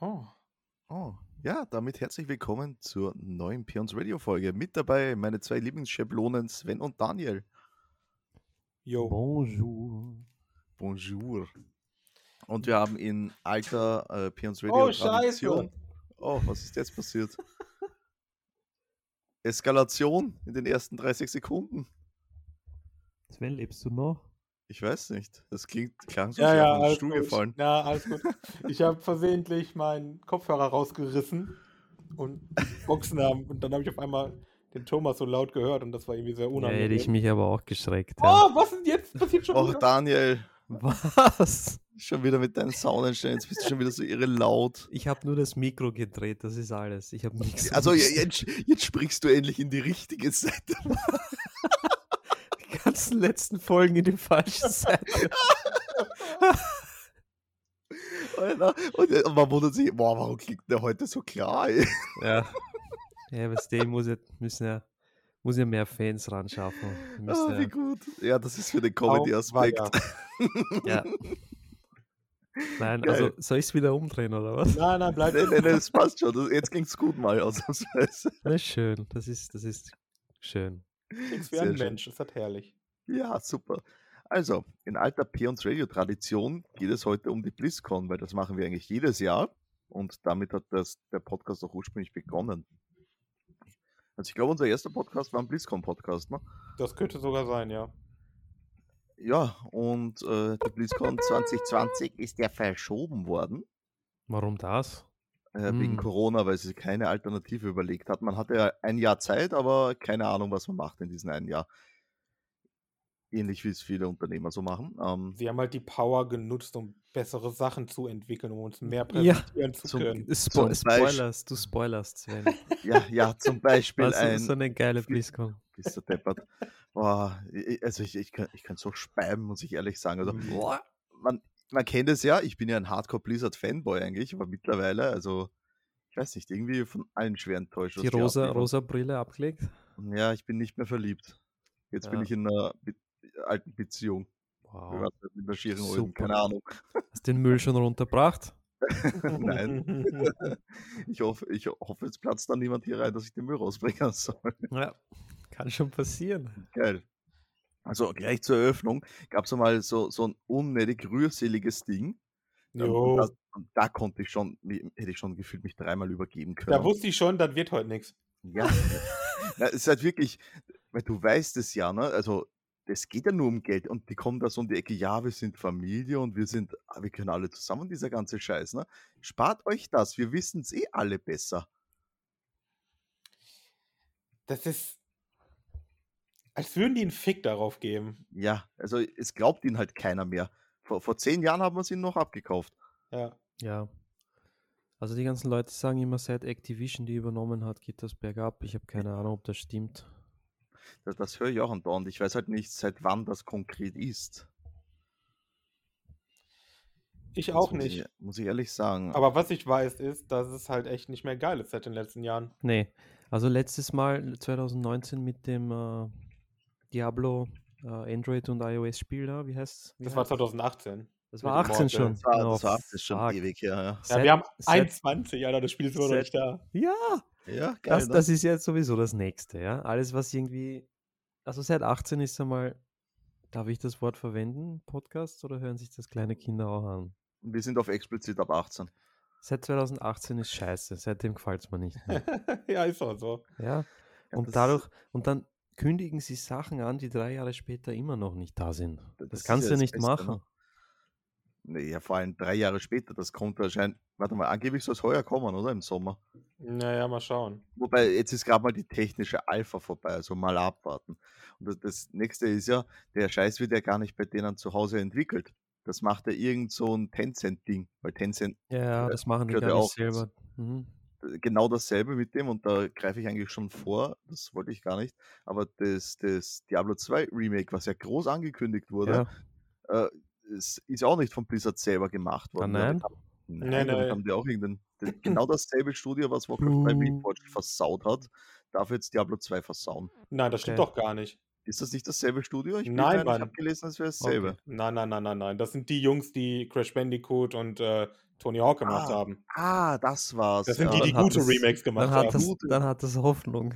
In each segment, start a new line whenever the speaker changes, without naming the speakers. Oh.
Oh, ja, damit herzlich willkommen zur neuen Pions Radio Folge. Mit dabei meine zwei Lieblingsschablonen Sven und Daniel.
Yo.
Bonjour.
Bonjour. Und wir haben in alter äh, Pions Radio
Oh, scheiße.
Tradition- Oh, was ist jetzt passiert? Eskalation in den ersten 30 Sekunden.
Sven, lebst du noch?
Ich weiß nicht. Das klingt klang so,
Ja,
als wäre
ja,
auf den
alles
Stuhl
gut.
gefallen.
Ja, alles gut. Ich habe versehentlich meinen Kopfhörer rausgerissen und Boxen haben. Und dann habe ich auf einmal den Thomas so laut gehört und das war irgendwie sehr
Ja,
unangenehm.
hätte ich mich aber auch geschreckt. Ja.
Oh, was ist jetzt passiert schon
Oh,
wieder?
Daniel,
Was?
schon wieder mit deinen Soundeinstellungen. Jetzt bist du schon wieder so irre laut.
Ich habe nur das Mikro gedreht, das ist alles. Ich habe nichts.
Also
gemacht.
jetzt, jetzt sprichst du endlich in die richtige Seite.
die ganzen letzten Folgen in die falsche Seite.
Alter. Und, äh, man wundert sich, boah, warum klingt der heute so klar? ey?
ja. Ja, was dem muss ja, müssen ja, muss ja mehr Fans ran schaffen. Wir
Ah, wie
Müssen
gut. Ja, das ist für den
Augenweih,
Comedy-Aspekt.
ja.
ja, ja. Nein,
Geil.
also soll ich es wieder umdrehen oder was?
Nein, nein, bleib.
Nein, nein, nein, das passt schon. Das, jetzt klingt's gut mal ausnahmsweise.
Das ist schön. Das ist, das ist schön.
Klingt wie
Sehr
ein
schön.
Mensch. Ist das herrlich.
Ja, super. Also, in alter Peons Radio-Tradition geht es heute um die BlizzCon, weil das machen wir eigentlich jedes Jahr. Und damit hat das, der Podcast auch ursprünglich begonnen. Also ich glaube, unser erster Podcast war ein BlizzCon-Podcast, ne?
Das könnte sogar sein, ja.
Ja, und äh, die BlizzCon 2020 ist ja verschoben worden.
Warum das?
Äh, Wegen
Hm.
Corona, weil sie keine Alternative überlegt hat. Man hatte ja ein Jahr Zeit, aber keine Ahnung, was man macht in diesem einen Jahr. Ähnlich wie es viele Unternehmer so machen. Ähm,
Sie haben halt die Power genutzt, um bessere Sachen zu entwickeln, um uns mehr
Ja.
präsentieren zu
Zum-
können.
Spo
Beispiel-
Spoilerst, du spoilerst, Sven.
ja, ja, zum Beispiel
Was
ein.
ist so ne eine geile BlizzCon?
Bist du deppert? Boah, ich- also ich, ich, kann, ich kann so speiben, muss ich ehrlich sagen. Also,
Mhm.
boah, man, man kennt es ja, ich bin ja ein Hardcore Blizzard Fanboy eigentlich, aber mittlerweile, also ich weiß nicht, irgendwie von allen schwer enttäuscht. was
Die rosa,
abliefern.
rosa Brille abgelegt?
Ja, ich bin nicht mehr verliebt. Jetzt bin
Ja.
ich in einer be alten Beziehung. Wir
Wow.
waren mit einer schieren Ulm,
Super.
keine Ahnung.
Hast den Müll schon runterbracht?
Nein. Ich hoffe, ich hoffe, jetzt platzt dann niemand hier rein, dass ich den Müll rausbringen soll.
Ja, kann schon passieren.
Geil. Also gleich zur Eröffnung gab es einmal so, so ein unnötig rührseliges Ding. Ähm, Und
jo.
da, und da konnte ich schon, mi- hätte ich schon gefühlt mich dreimal übergeben können.
Da wusste ich schon, das wird heute nichts.
ja. ja, es ist halt wirklich, weil du weißt es ja, ne? Also es geht ja nur um Geld und die kommen da so um die Ecke, ja, wir sind Familie und wir sind, ah, wir können alle zusammen, dieser ganze Scheiß, ne? Spart euch das, wir wissen es eh alle besser.
Das ist. Als würden die einen Fick darauf geben.
Ja, also es glaubt ihnen halt keiner mehr. Vor, vor zehn Jahren haben wir es ihnen noch abgekauft.
Ja.
Ja. Also die ganzen Leute sagen immer, seit Activision die übernommen hat, geht das bergab. Ich habe keine Ahnung, ob das stimmt.
Das, das höre ich auch andauernd. Ich weiß halt nicht, seit wann das konkret ist.
Ich
Das
auch
muss
nicht.
Ich, muss ich ehrlich sagen.
Aber was ich weiß, ist, dass es halt echt nicht mehr geil ist seit den letzten Jahren.
Nee, also letztes Mal 2019 mit dem äh, Diablo äh, Android und iOS Spiel da, wie heißt
Das war 2018.
Das
mit
war
dem
18
Immortal.
schon.
das war,
Genau,
das war das ist schon
fuck.
ewig, ja.
Ja,
Seit-
wir haben
seit-
21, Alter, das Spiel ist immer noch
Seit-
nicht da.
Ja,
Ja, ja geil.
das,
ne?
das ist jetzt sowieso das nächste, ja. Alles, was irgendwie, also seit 18 ist einmal, darf ich das Wort verwenden, Podcast, oder hören sich das kleine Kinder auch an?
wir sind auf explizit ab 18.
Seit 2018 ist scheiße, seitdem gefällt es mir nicht mehr.
ja, ist auch so.
ja?
Ja,
Und
das-
dadurch, und dann kündigen sie Sachen an, die drei Jahre später immer noch nicht da sind. Das,
das ist
kannst
ja
du
das
nicht
Beste, ne?
machen.
Nee, ja, vor allem drei Jahre später, das kommt wahrscheinlich, warte mal, angeblich soll es heuer kommen, oder? Im Sommer.
Naja, mal schauen.
Wobei, jetzt ist gerade mal die technische Alpha vorbei, also mal abwarten. Und das, das nächste ist ja, der Scheiß wird ja gar nicht bei denen zu Hause entwickelt. Das macht ja irgend so ein Tencent-Ding, weil Tencent
Ja, ja, das machen die
gehört
gar
ja
nicht
auch dazu.
selber. Mhm.
genau dasselbe mit dem und da greife ich eigentlich schon vor, das wollte ich gar nicht, aber das, das Diablo 2 Remake, was ja groß angekündigt wurde,
Ja.
es ist auch nicht von Blizzard selber gemacht worden.
Ah,
Damit
nein?
haben, nein,
Nein,
damit
nein.
haben die auch irgendein, das- genau dasselbe Studio, was Warcraft 3
Boo.
Reforged versaut hat, darf jetzt Diablo 2 versauen.
Nein, das stimmt
Okay.
doch gar nicht.
Ist das nicht dasselbe Studio? Ich bin
Nein,
mir eigentlich
Mann.
abgelesen, es wäre dasselbe.
Nein, nein, nein, nein, nein. Das sind die Jungs, die Crash Bandicoot und äh, Tony Hawk gemacht
Ah,
haben.
Ah, das war's.
Das sind
ja.
die, die
dann hat
gute
es-
Remakes
Dann
gemacht
hat,
haben.
das, dann hat das Hoffnung.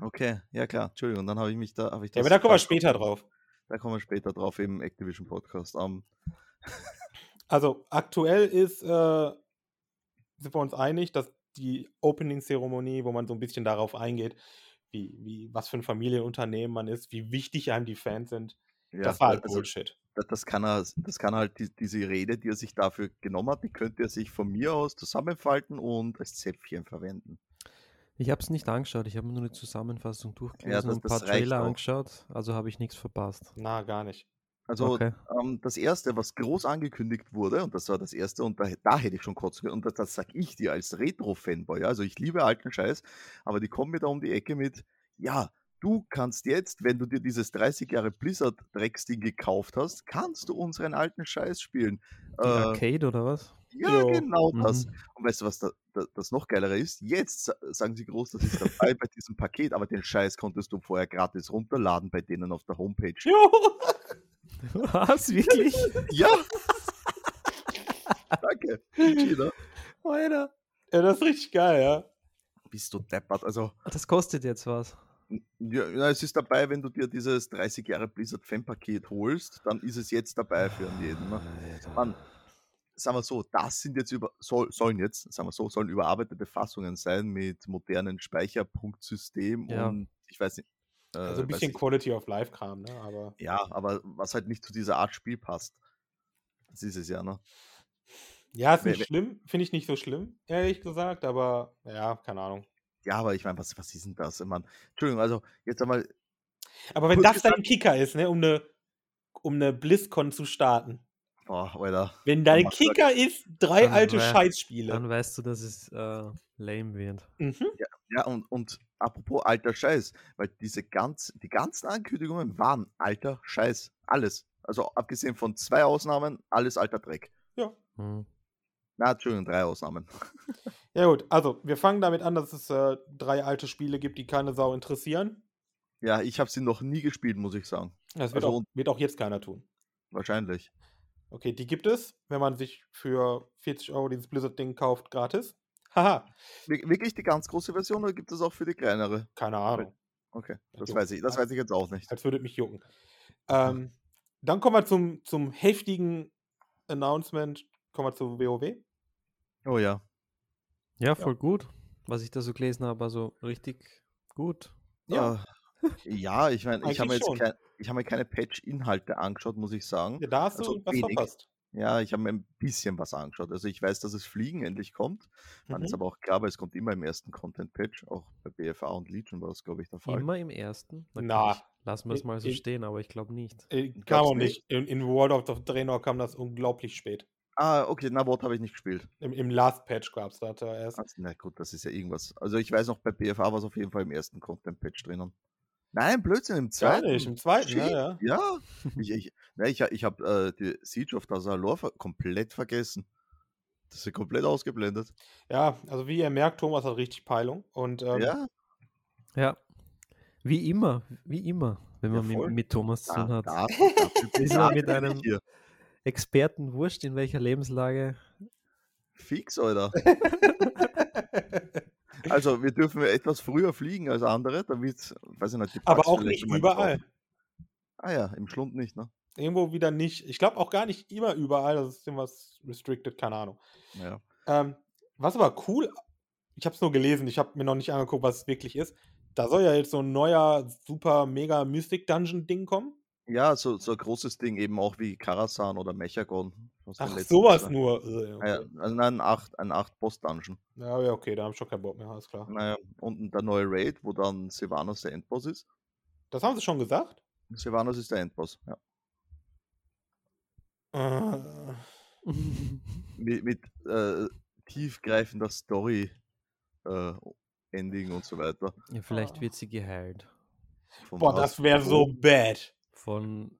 Okay, ja klar, Entschuldigung, dann habe ich mich da. Hab ich
Ja,
das,
aber da kommen wir später drauf.
Da kommen wir später drauf im Activision Podcast. Ähm,
Also aktuell ist, äh, sind wir uns einig, dass die Opening-Zeremonie, wo man so ein bisschen darauf eingeht, wie, wie, was für ein Familienunternehmen man ist, wie wichtig einem die Fans sind,
ja,
das war halt
also,
Bullshit.
das, das kann er, das kann er halt die, diese Rede, die er sich dafür genommen hat, die könnte er sich von mir aus zusammenfalten und als Zäpfchen verwenden.
Ich habe es nicht angeschaut, ich habe nur eine Zusammenfassung durchgelesen
Ja, das-
und ein paar
das reicht
Trailer
auch.
angeschaut, also habe ich nichts verpasst.
Na, gar nicht.
Also
okay.
ähm, das erste, was groß angekündigt wurde, und das war das erste, und da, da hätte ich schon kotzen können, und das, das sag ich dir als Retro-Fanboy, ja, also ich liebe alten Scheiß, aber die kommen mir da um die Ecke mit, ja, du kannst jetzt, wenn du dir dieses 30 Jahre Blizzard-Drecksding gekauft hast, kannst du unseren alten Scheiß spielen.
Die
Äh,
Arcade oder was?
ja,
Jo.
genau das.
Mhm.
Und weißt du, was da, da, das noch geilere ist? Jetzt sa- sagen sie groß, das ist dabei bei diesem Paket, aber den Scheiß konntest du vorher gratis runterladen bei denen auf der Homepage.
Jo,
Was? Wirklich?
Ja! Danke. Gina.
Alter.
ja, das ist richtig geil, ja.
Äh, Bist du deppert? Also,
Das kostet jetzt was.
ja, ja, es ist dabei, wenn du dir dieses 30 Jahre Blizzard Fan-Paket holst, dann ist es jetzt dabei für jeden. Ne?
Alter.
Mann, sagen wir so, das sind jetzt über, soll, sollen jetzt, sagen wir so, sollen überarbeitete Fassungen sein mit modernen Speicherpunktsystem
Ja.
und ich weiß nicht. äh,
Also ein
weiß
bisschen
nicht.
Quality of Life-Kram, ne? Aber
Ja, aber was halt nicht zu dieser Art Spiel passt. Das ist es ja, ne?
ja, ist
Wer-
nicht
wer-
schlimm, finde ich nicht so schlimm, ehrlich gesagt, aber ja, keine Ahnung.
Ja, aber ich meine, was, was ist denn das? Ich mein, Entschuldigung, also jetzt einmal,
Aber wenn
Kurz
das dein Kicker ist, ne, um eine um eine BlizzCon zu starten.
boah, Alter.
Wenn dein
machst du-
Kicker ist, drei
Dann
äh,
alte
wär-
Scheißspiele.
Dann weißt du, dass es äh, lame wird.
Mhm.
Ja, und, und apropos alter Scheiß, weil diese ganz, die ganzen Ankündigungen waren alter Scheiß. Alles. Also abgesehen von zwei Ausnahmen, alles alter Dreck.
Hm.
Na, Entschuldigung, drei Ausnahmen.
Ja gut, also wir fangen damit an, dass es äh, drei alte Spiele gibt, die keine Sau interessieren.
Ja, ich habe sie noch nie gespielt, muss ich sagen.
Das wird,
Also-
auch, wird auch jetzt keiner tun.
Wahrscheinlich.
Okay, die gibt es, wenn man sich für 40 Euro dieses Blizzard-Ding kauft, gratis. Haha,
Wir- Wirklich die ganz große Version oder gibt es auch für die kleinere?
keine Ahnung.
Okay,
Ja,
das
du,
weiß ich, das
als-
weiß ich jetzt auch nicht.
Als würde mich jucken. Ähm, dann kommen wir zum, zum heftigen Announcement. Kommen wir zu WoW.
Oh ja.
Ja, voll gut. Was ich da so gelesen habe, also richtig gut.
Ja.
Ah, ja, ich meine, ich habe mir
Eigentlich
jetzt
schon.
kein, ich habe mir keine Patch-Inhalte angeschaut, muss ich sagen.
Ja, da hast
Also
du was
wenig.
verpasst.
Ja, ich habe mir ein bisschen was angeschaut. Also ich weiß, dass es Fliegen endlich kommt. Man ist
Mhm.
aber auch klar, weil es kommt immer im ersten Content-Patch. Auch bei BFA und Legion war das, glaube ich, der Fall.
Immer im ersten? Na,
Na.
gut, ich- Lassen wir es
I-
mal so
i-
stehen, aber ich glaube nicht.
Äh, Kam
glaub's
auch nicht. In, in World of the Draenor kam das unglaublich spät.
Ah, okay, na, Wort habe ich nicht gespielt.
Im, im Last Patch gab es das ja erst.
Also, na gut, das ist ja irgendwas. Also ich weiß noch, bei BFA war es auf jeden Fall im ersten Content-Patch drinnen. Nein, Blödsinn, im
Gar
zweiten.
nicht, im zweiten, ja,
Shit.
ja.
Ja, ich, ich, na, ich, ich habe äh, die Siege of Tazalor ver komplett vergessen. Das ist komplett ausgeblendet.
Ja, also wie ihr merkt, Thomas hat richtig Peilung. Und ähm,
ja,
Ja. Wie immer, wie immer, wenn
Ja,
man mit,
voll.
mit Thomas zu tun
da,
halt
hat.
da,
Ist
da,
ja mit
bin ich
einem-
hier.
Experten wurscht, in welcher Lebenslage.
Fix, Alter. also, wir dürfen etwas früher fliegen als andere, damit, weiß ich nicht, die
aber
Bugs
auch
vielleicht
nicht
mal brauchen.
überall.
Ah ja, im Schlund nicht, ne?
Irgendwo wieder nicht. Ich glaube auch gar nicht immer überall. Das ist irgendwas restricted, keine Ahnung.
Ja.
Ähm, was aber cool, ich habe es nur gelesen, ich habe mir noch nicht angeguckt, was es wirklich ist. Da soll ja jetzt so ein neuer, super, mega Mystic Dungeon Ding kommen.
Ja, so, so ein großes Ding eben auch wie Karasan oder Mechagon. aus dem
Ach,
letzten
sowas
Teil.
nur. Äh, okay.
Ah Ja, also nein, ein 8, ein 8 Boss-Dungeon.
Ja, ja, okay, da habe ich schon keinen Bock mehr, alles klar.
Naja, und der neue Raid, wo dann Sylvanas der Endboss ist.
Das haben sie schon gesagt?
Sylvanas ist der Endboss, ja.
Äh,
Mit, mit äh, tiefgreifender Story äh, Ending und so weiter.
ja, vielleicht wird sie geheilt
Von
boah,
was?
das wäre so bad.
von,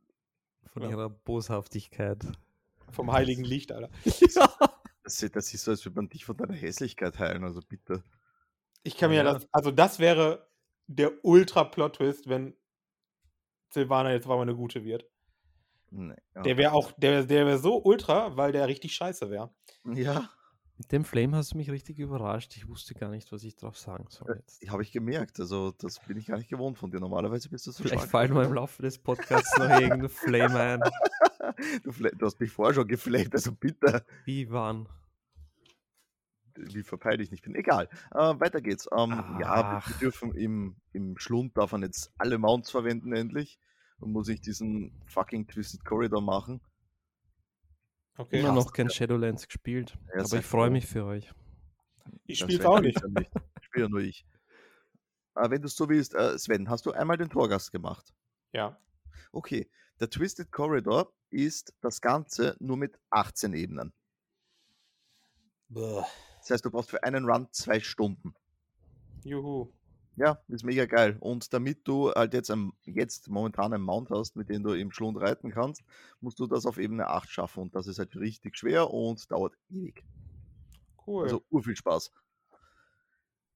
von
Ja.
ihrer Boshaftigkeit.
Vom heiligen Licht, Alter.
Das, ist- das ist so, als würde man dich von deiner Hässlichkeit heilen, also bitte.
Ich kann mir
Ja.
das, also das wäre der Ultra-Plot-Twist, wenn Silvana jetzt auf einmal eine gute wird.
Nee, Hm, ja.
Der wäre auch, der, der wäre so ultra, weil der richtig scheiße wäre.
Hm, ja,
Mit dem Flame hast du mich richtig überrascht. Ich wusste gar nicht, was ich drauf sagen soll jetzt.
Habe Äh, ich gemerkt. Also, das bin ich gar nicht gewohnt von dir. Normalerweise bist du so
Vielleicht
stark.
fallen mir im Laufe des Podcasts noch irgendeine Flame ein.
Du, fla- du hast mich vorher schon gefleckt, also bitte.
Wie wann?
Wie verpeile ich nicht bin. Egal. Äh, weiter geht's. Ähm, ja, wir-
Ach.
wir dürfen im, im Schlund darf man jetzt alle Mounts verwenden, endlich. Und muss ich diesen fucking Twisted Corridor machen.
Okay.
Immer
Ja.
noch kein Shadowlands gespielt.
Ja,
aber
sei
ich freue
froh.
mich für euch.
Ich
Ja,
spiel's
Sven
auch
kann
nicht.
ja nicht. Ich spiele ja nur ich. Äh, wenn du es so willst, äh, Sven, hast du einmal den Torgast gemacht?
Ja.
Okay, der Twisted Corridor ist das Ganze nur mit 18 Ebenen. Das heißt, du brauchst für einen Run zwei Stunden.
Juhu.
Ja, ist mega geil. Und damit du halt jetzt, am, jetzt momentan einen Mount hast, mit dem du im Schlund reiten kannst, musst du das auf Ebene 8 schaffen. Und das ist halt richtig schwer und dauert ewig.
Cool.
Also urviel Spaß.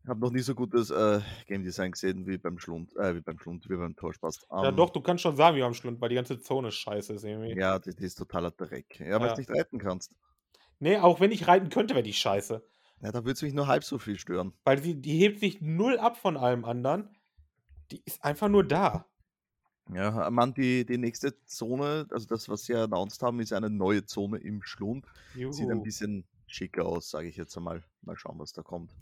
Ich habe noch nie so gutes äh, Game Design gesehen wie beim Schlund, äh, wie beim Schlund, wie beim Torspaß.
ja,
Ähm,
doch, du kannst schon sagen, wie am Schlund, weil die ganze Zone scheiße ist irgendwie.
Ja, das ist totaler Dreck. Ja, weil
Ja.
du nicht reiten kannst.
Nee, auch wenn ich reiten könnte, wäre die scheiße.
Ja, da würde es mich nur halb so viel stören.
Weil sie, die hebt sich null ab von allem anderen. Die ist einfach nur da.
Ja, Mann, die, die nächste Zone, also das, was sie announced haben, ist eine neue Zone im Schlund.
Juhu.
Sieht ein bisschen schicker aus, sage ich jetzt einmal. Mal schauen, was da kommt.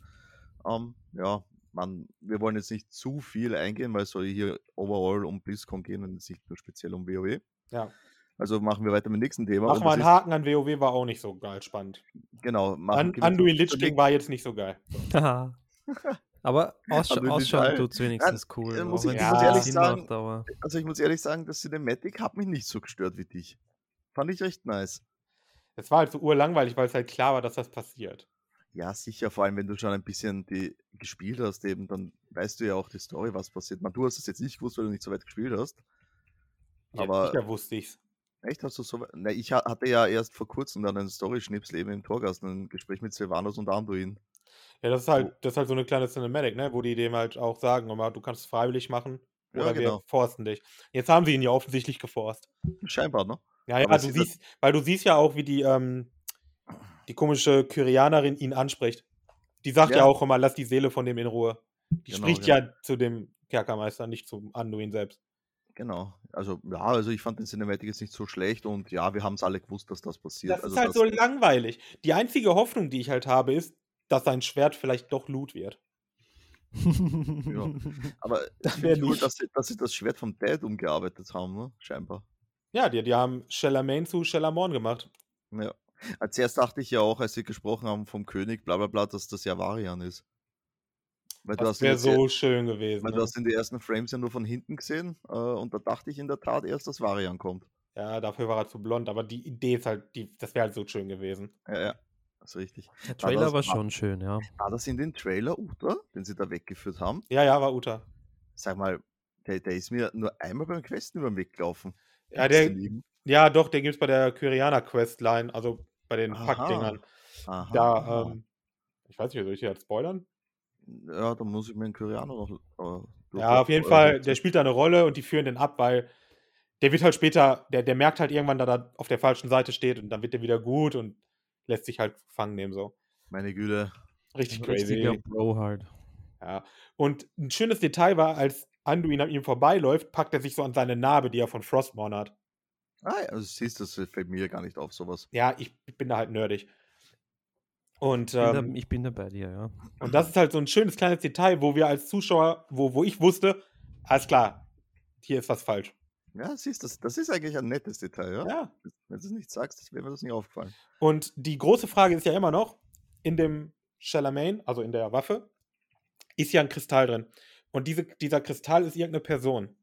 Ähm, ja, man, wir wollen jetzt nicht zu viel eingehen, weil es soll hier overall um BlizzCon gehen und jetzt nicht nur speziell um WoW.
Ja.
Also machen wir weiter mit dem nächsten Thema.
Mach
und
mal
das
einen Haken an WoW, war auch nicht so geil spannend.
Ist, genau, machen
An,
gehen wir
Anduin
zum-
Lich
zum
King war jetzt nicht so geil.
Haha. aber
Aber
ausscha
die
ausschauen
Detail-
tut es wenigstens cool.
äh,
auch
muss
ich-
wenn's
ich muss
keinen
ehrlich
Sinn
sagen,
macht, aber
Also ich muss ehrlich sagen, das Cinematic hat mich nicht so gestört wie dich. Fand ich recht nice.
Es war halt so urlangweilig, weil es halt klar war, dass das passiert.
Ja, sicher, vor allem wenn du schon ein bisschen die gespielt hast, eben, dann weißt du ja auch die Story, was passiert. Man, du hast es jetzt nicht gewusst, weil du nicht so weit gespielt hast.
Ja,
Aber-
sicher wusste ich's.
Echt, hast du so weit? Na, ich ha- hatte ja erst vor kurzem dann einen Story-Schnipsel eben im Torgast, ein Gespräch mit Silvanos und Anduin.
Ja, das ist halt,
Oh.
das ist halt so eine kleine Cinematic, ne? Wo die dem halt auch sagen, immer, du kannst es freiwillig machen
Ja,
oder
genau.
wir forsten dich. Jetzt haben sie ihn ja offensichtlich geforst.
Scheinbar, ne?
Ja, ja,
Aber
du
es ist-
siehst, weil du siehst ja auch, wie die, ähm, die komische Kyrianerin ihn anspricht. Die sagt ja.
Ja.
auch immer, lass die Seele von dem in Ruhe. Die
Genau,
spricht
genau.
ja zu dem Kerkermeister, nicht zum Anduin selbst.
Genau. Also, ja, also ich fand den Cinematic jetzt nicht so schlecht und ja, wir haben es alle gewusst, dass das passiert.
Das
also
ist halt
das,
so langweilig. Die einzige Hoffnung, die ich halt habe, ist, dass sein Schwert vielleicht doch Loot wird.
aber
Das
das
wär
wäre cool,
nicht-
dass sie, dass sie das Schwert vom Dad umgearbeitet haben, ne? Scheinbar.
Ja, die, die haben Shellamain zu Shellamorn gemacht.
Ja. Als Äh, Zuerst dachte ich ja auch, als sie gesprochen haben vom König, bla bla bla, dass das ja Varian ist. Weil du,
Das
hast ihn
wäre
jetzt ja-
so schön gewesen.
weil du
Ne?
hast in den ersten Frames ja nur von hinten gesehen äh, und da dachte ich in der Tat erst, dass Varian kommt.
Ja, dafür war er zu blond, aber die Idee ist halt, die, das wäre halt so schön gewesen.
Ja, ja, das ist richtig.
der
war
Trailer
das-
war schon schön, ja.
War das in den Trailer, oder? Den sie da weggeführt haben?
Ja, ja, war Uta.
Sag mal, der, der ist mir nur einmal beim Questen über den Weg gelaufen.
Ja,
Gibt's
der,
den eben?
Ja, doch, den gibt es bei der Kyriana-Questline, also bei den
Aha.
Packdingern.
Aha.
Da, ähm, ich weiß nicht, soll ich die jetzt spoilern?
ja, da muss ich mir den Kyriano noch. Äh, durch-
ja, auf jeden
äh,
Fall, der spielt da eine Rolle und die führen den ab, weil der wird halt später, der, der merkt halt irgendwann, dass er auf der falschen Seite steht und dann wird er wieder gut und lässt sich halt gefangen nehmen, so.
Meine Güte.
Richtig
Ein
crazy.
richtiger Bro halt.
Und ein schönes Detail war, als Anduin an ihm vorbeiläuft, packt er sich so an seine Narbe, die er von Frostmourne hat.
Ah, ja, also siehst du, das fällt mir gar nicht auf, sowas.
Ja, ich bin da halt nerdig. Und,
Ich bin, da,
ähm,
ich bin da bei dir, ja.
Und das ist halt so ein schönes kleines Detail, wo wir als Zuschauer, wo, wo ich wusste, alles klar, hier ist was falsch.
Ja, siehst du, das, das ist eigentlich ein nettes Detail, ja?
Ja.
Wenn du es nicht sagst, wäre mir das nicht aufgefallen.
Und die große Frage ist ja immer noch, in dem Charlemagne, also in der Waffe, ist ja ein Kristall drin. Und diese, dieser Kristall ist irgendeine Person.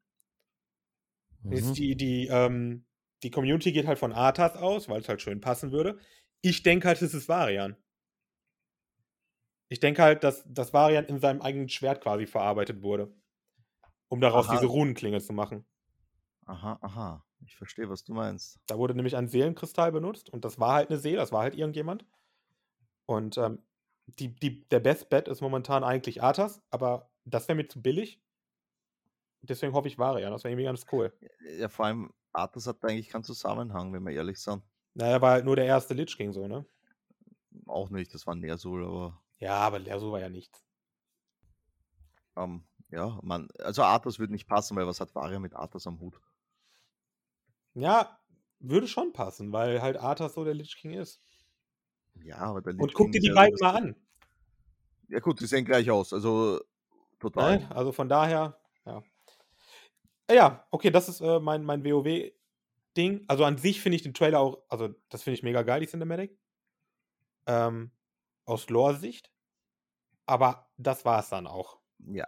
Mhm.
Ist die, die, ähm, die Community geht halt von Arthas aus, weil es halt schön passen würde. Ich denke halt, es ist Varian. Ich denke halt, dass, dass Varian in seinem eigenen Schwert quasi verarbeitet wurde. Um daraus
Aha.
diese Runenklinge zu machen.
Aha, aha. Ich verstehe, was du meinst.
Da wurde nämlich ein Seelenkristall benutzt und das war halt eine Seele, das war halt irgendjemand. Und ähm, die, die, der Best Bet ist momentan eigentlich Arthas, aber das wäre mir zu billig. Deswegen hoffe ich Varian, das wäre irgendwie ganz cool.
Ja, vor allem, Arthas hat da eigentlich keinen Zusammenhang, wenn wir ehrlich sind.
Naja, war halt nur der erste Lich King so, ne?
auch nicht, das war Nersul, aber
Ja, aber Lerso war ja nichts.
ähm, ja, man, also Arthas würde nicht passen, weil was hat Varia mit Arthas am Hut?
Ja, würde schon passen, weil halt Arthas so der Lich King ist.
Ja, aber der
Und
Lich
guck
King
dir
ist
die
ja
beiden
das-
mal an.
Ja gut, die sehen gleich aus, also total.
Ne? Also von daher, ja. Ja, okay, das ist äh, mein, mein WoW-Ding. Also an sich finde ich den Trailer auch, also das finde ich mega geil, die Cinematic. Ähm, aus Lore-Sicht. Aber das war es dann auch.
Ja,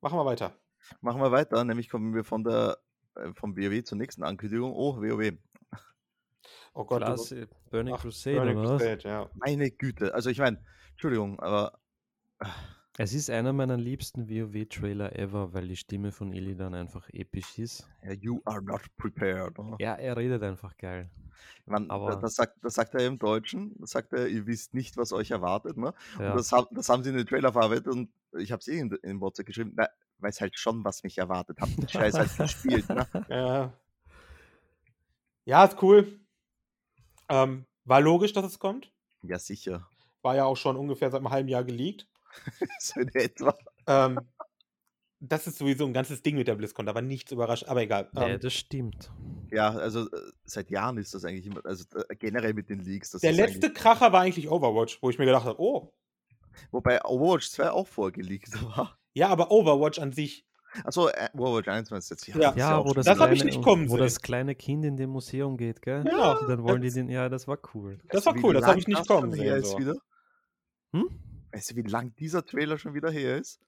Machen wir weiter.
machen wir weiter, nämlich kommen wir von der äh, vom WoW zur nächsten Ankündigung. Oh, WoW.
Oh Gott, du-
Klasse, Burning
Ach,
Crusade,
Burning
oder was?
Crusade, ja.
Meine Güte. Also ich meine, Entschuldigung, aber
Es ist einer meiner liebsten WoW-Trailer ever, weil die Stimme von Illidan einfach episch ist.
ja, you are not prepared. ne? oder?
Ja, er redet einfach geil.
Man,
aber-
aber das sagt, das sagt er im Deutschen, das sagt er, ihr wisst nicht, was euch erwartet. Ne?
Ja.
Und das, hab- das haben sie in den Trailer verarbeitet und ich habe es eh in, in WhatsApp geschrieben, na, weiß halt schon, was mich erwartet hat. Den Scheiß halt gespielt. Ne?
Ja. Ja, ist cool. Ähm, war logisch, dass es kommt.
Ja, sicher.
War ja auch schon ungefähr seit einem halben Jahr geleakt.
so in etwa.
Ähm, das ist sowieso ein ganzes Ding mit der BlizzCon, da war nichts überraschend, aber egal. Ähm,
ja, das stimmt.
Ja, also äh, seit Jahren ist das eigentlich immer, also äh, generell mit den Leaks. Das
der
ist
letzte Kracher war eigentlich Overwatch, wo ich mir gedacht habe, oh,
Eigentlich, wobei Overwatch 2 auch vorgeleakt war.
ja, aber Overwatch an sich.
Achso, äh, Overwatch 1 meinst du jetzt?
Ja.
ist
Ja,
auch
wo
schon
das,
Das
wieder-
hab ich
kleine-
nicht kommen
wo
sehen.
das kleine Kind in dem Museum geht, gell?
Ja,
Und dann wollen die
das-
den, ja, das war cool.
Weißt
Das
du,
war
wie
cool, das hab
lang
ich
schon
nicht kommen
her
sehen,
ist
so.
Wieder?
Hm?
Weißt du, wie lang dieser Trailer schon wieder her ist?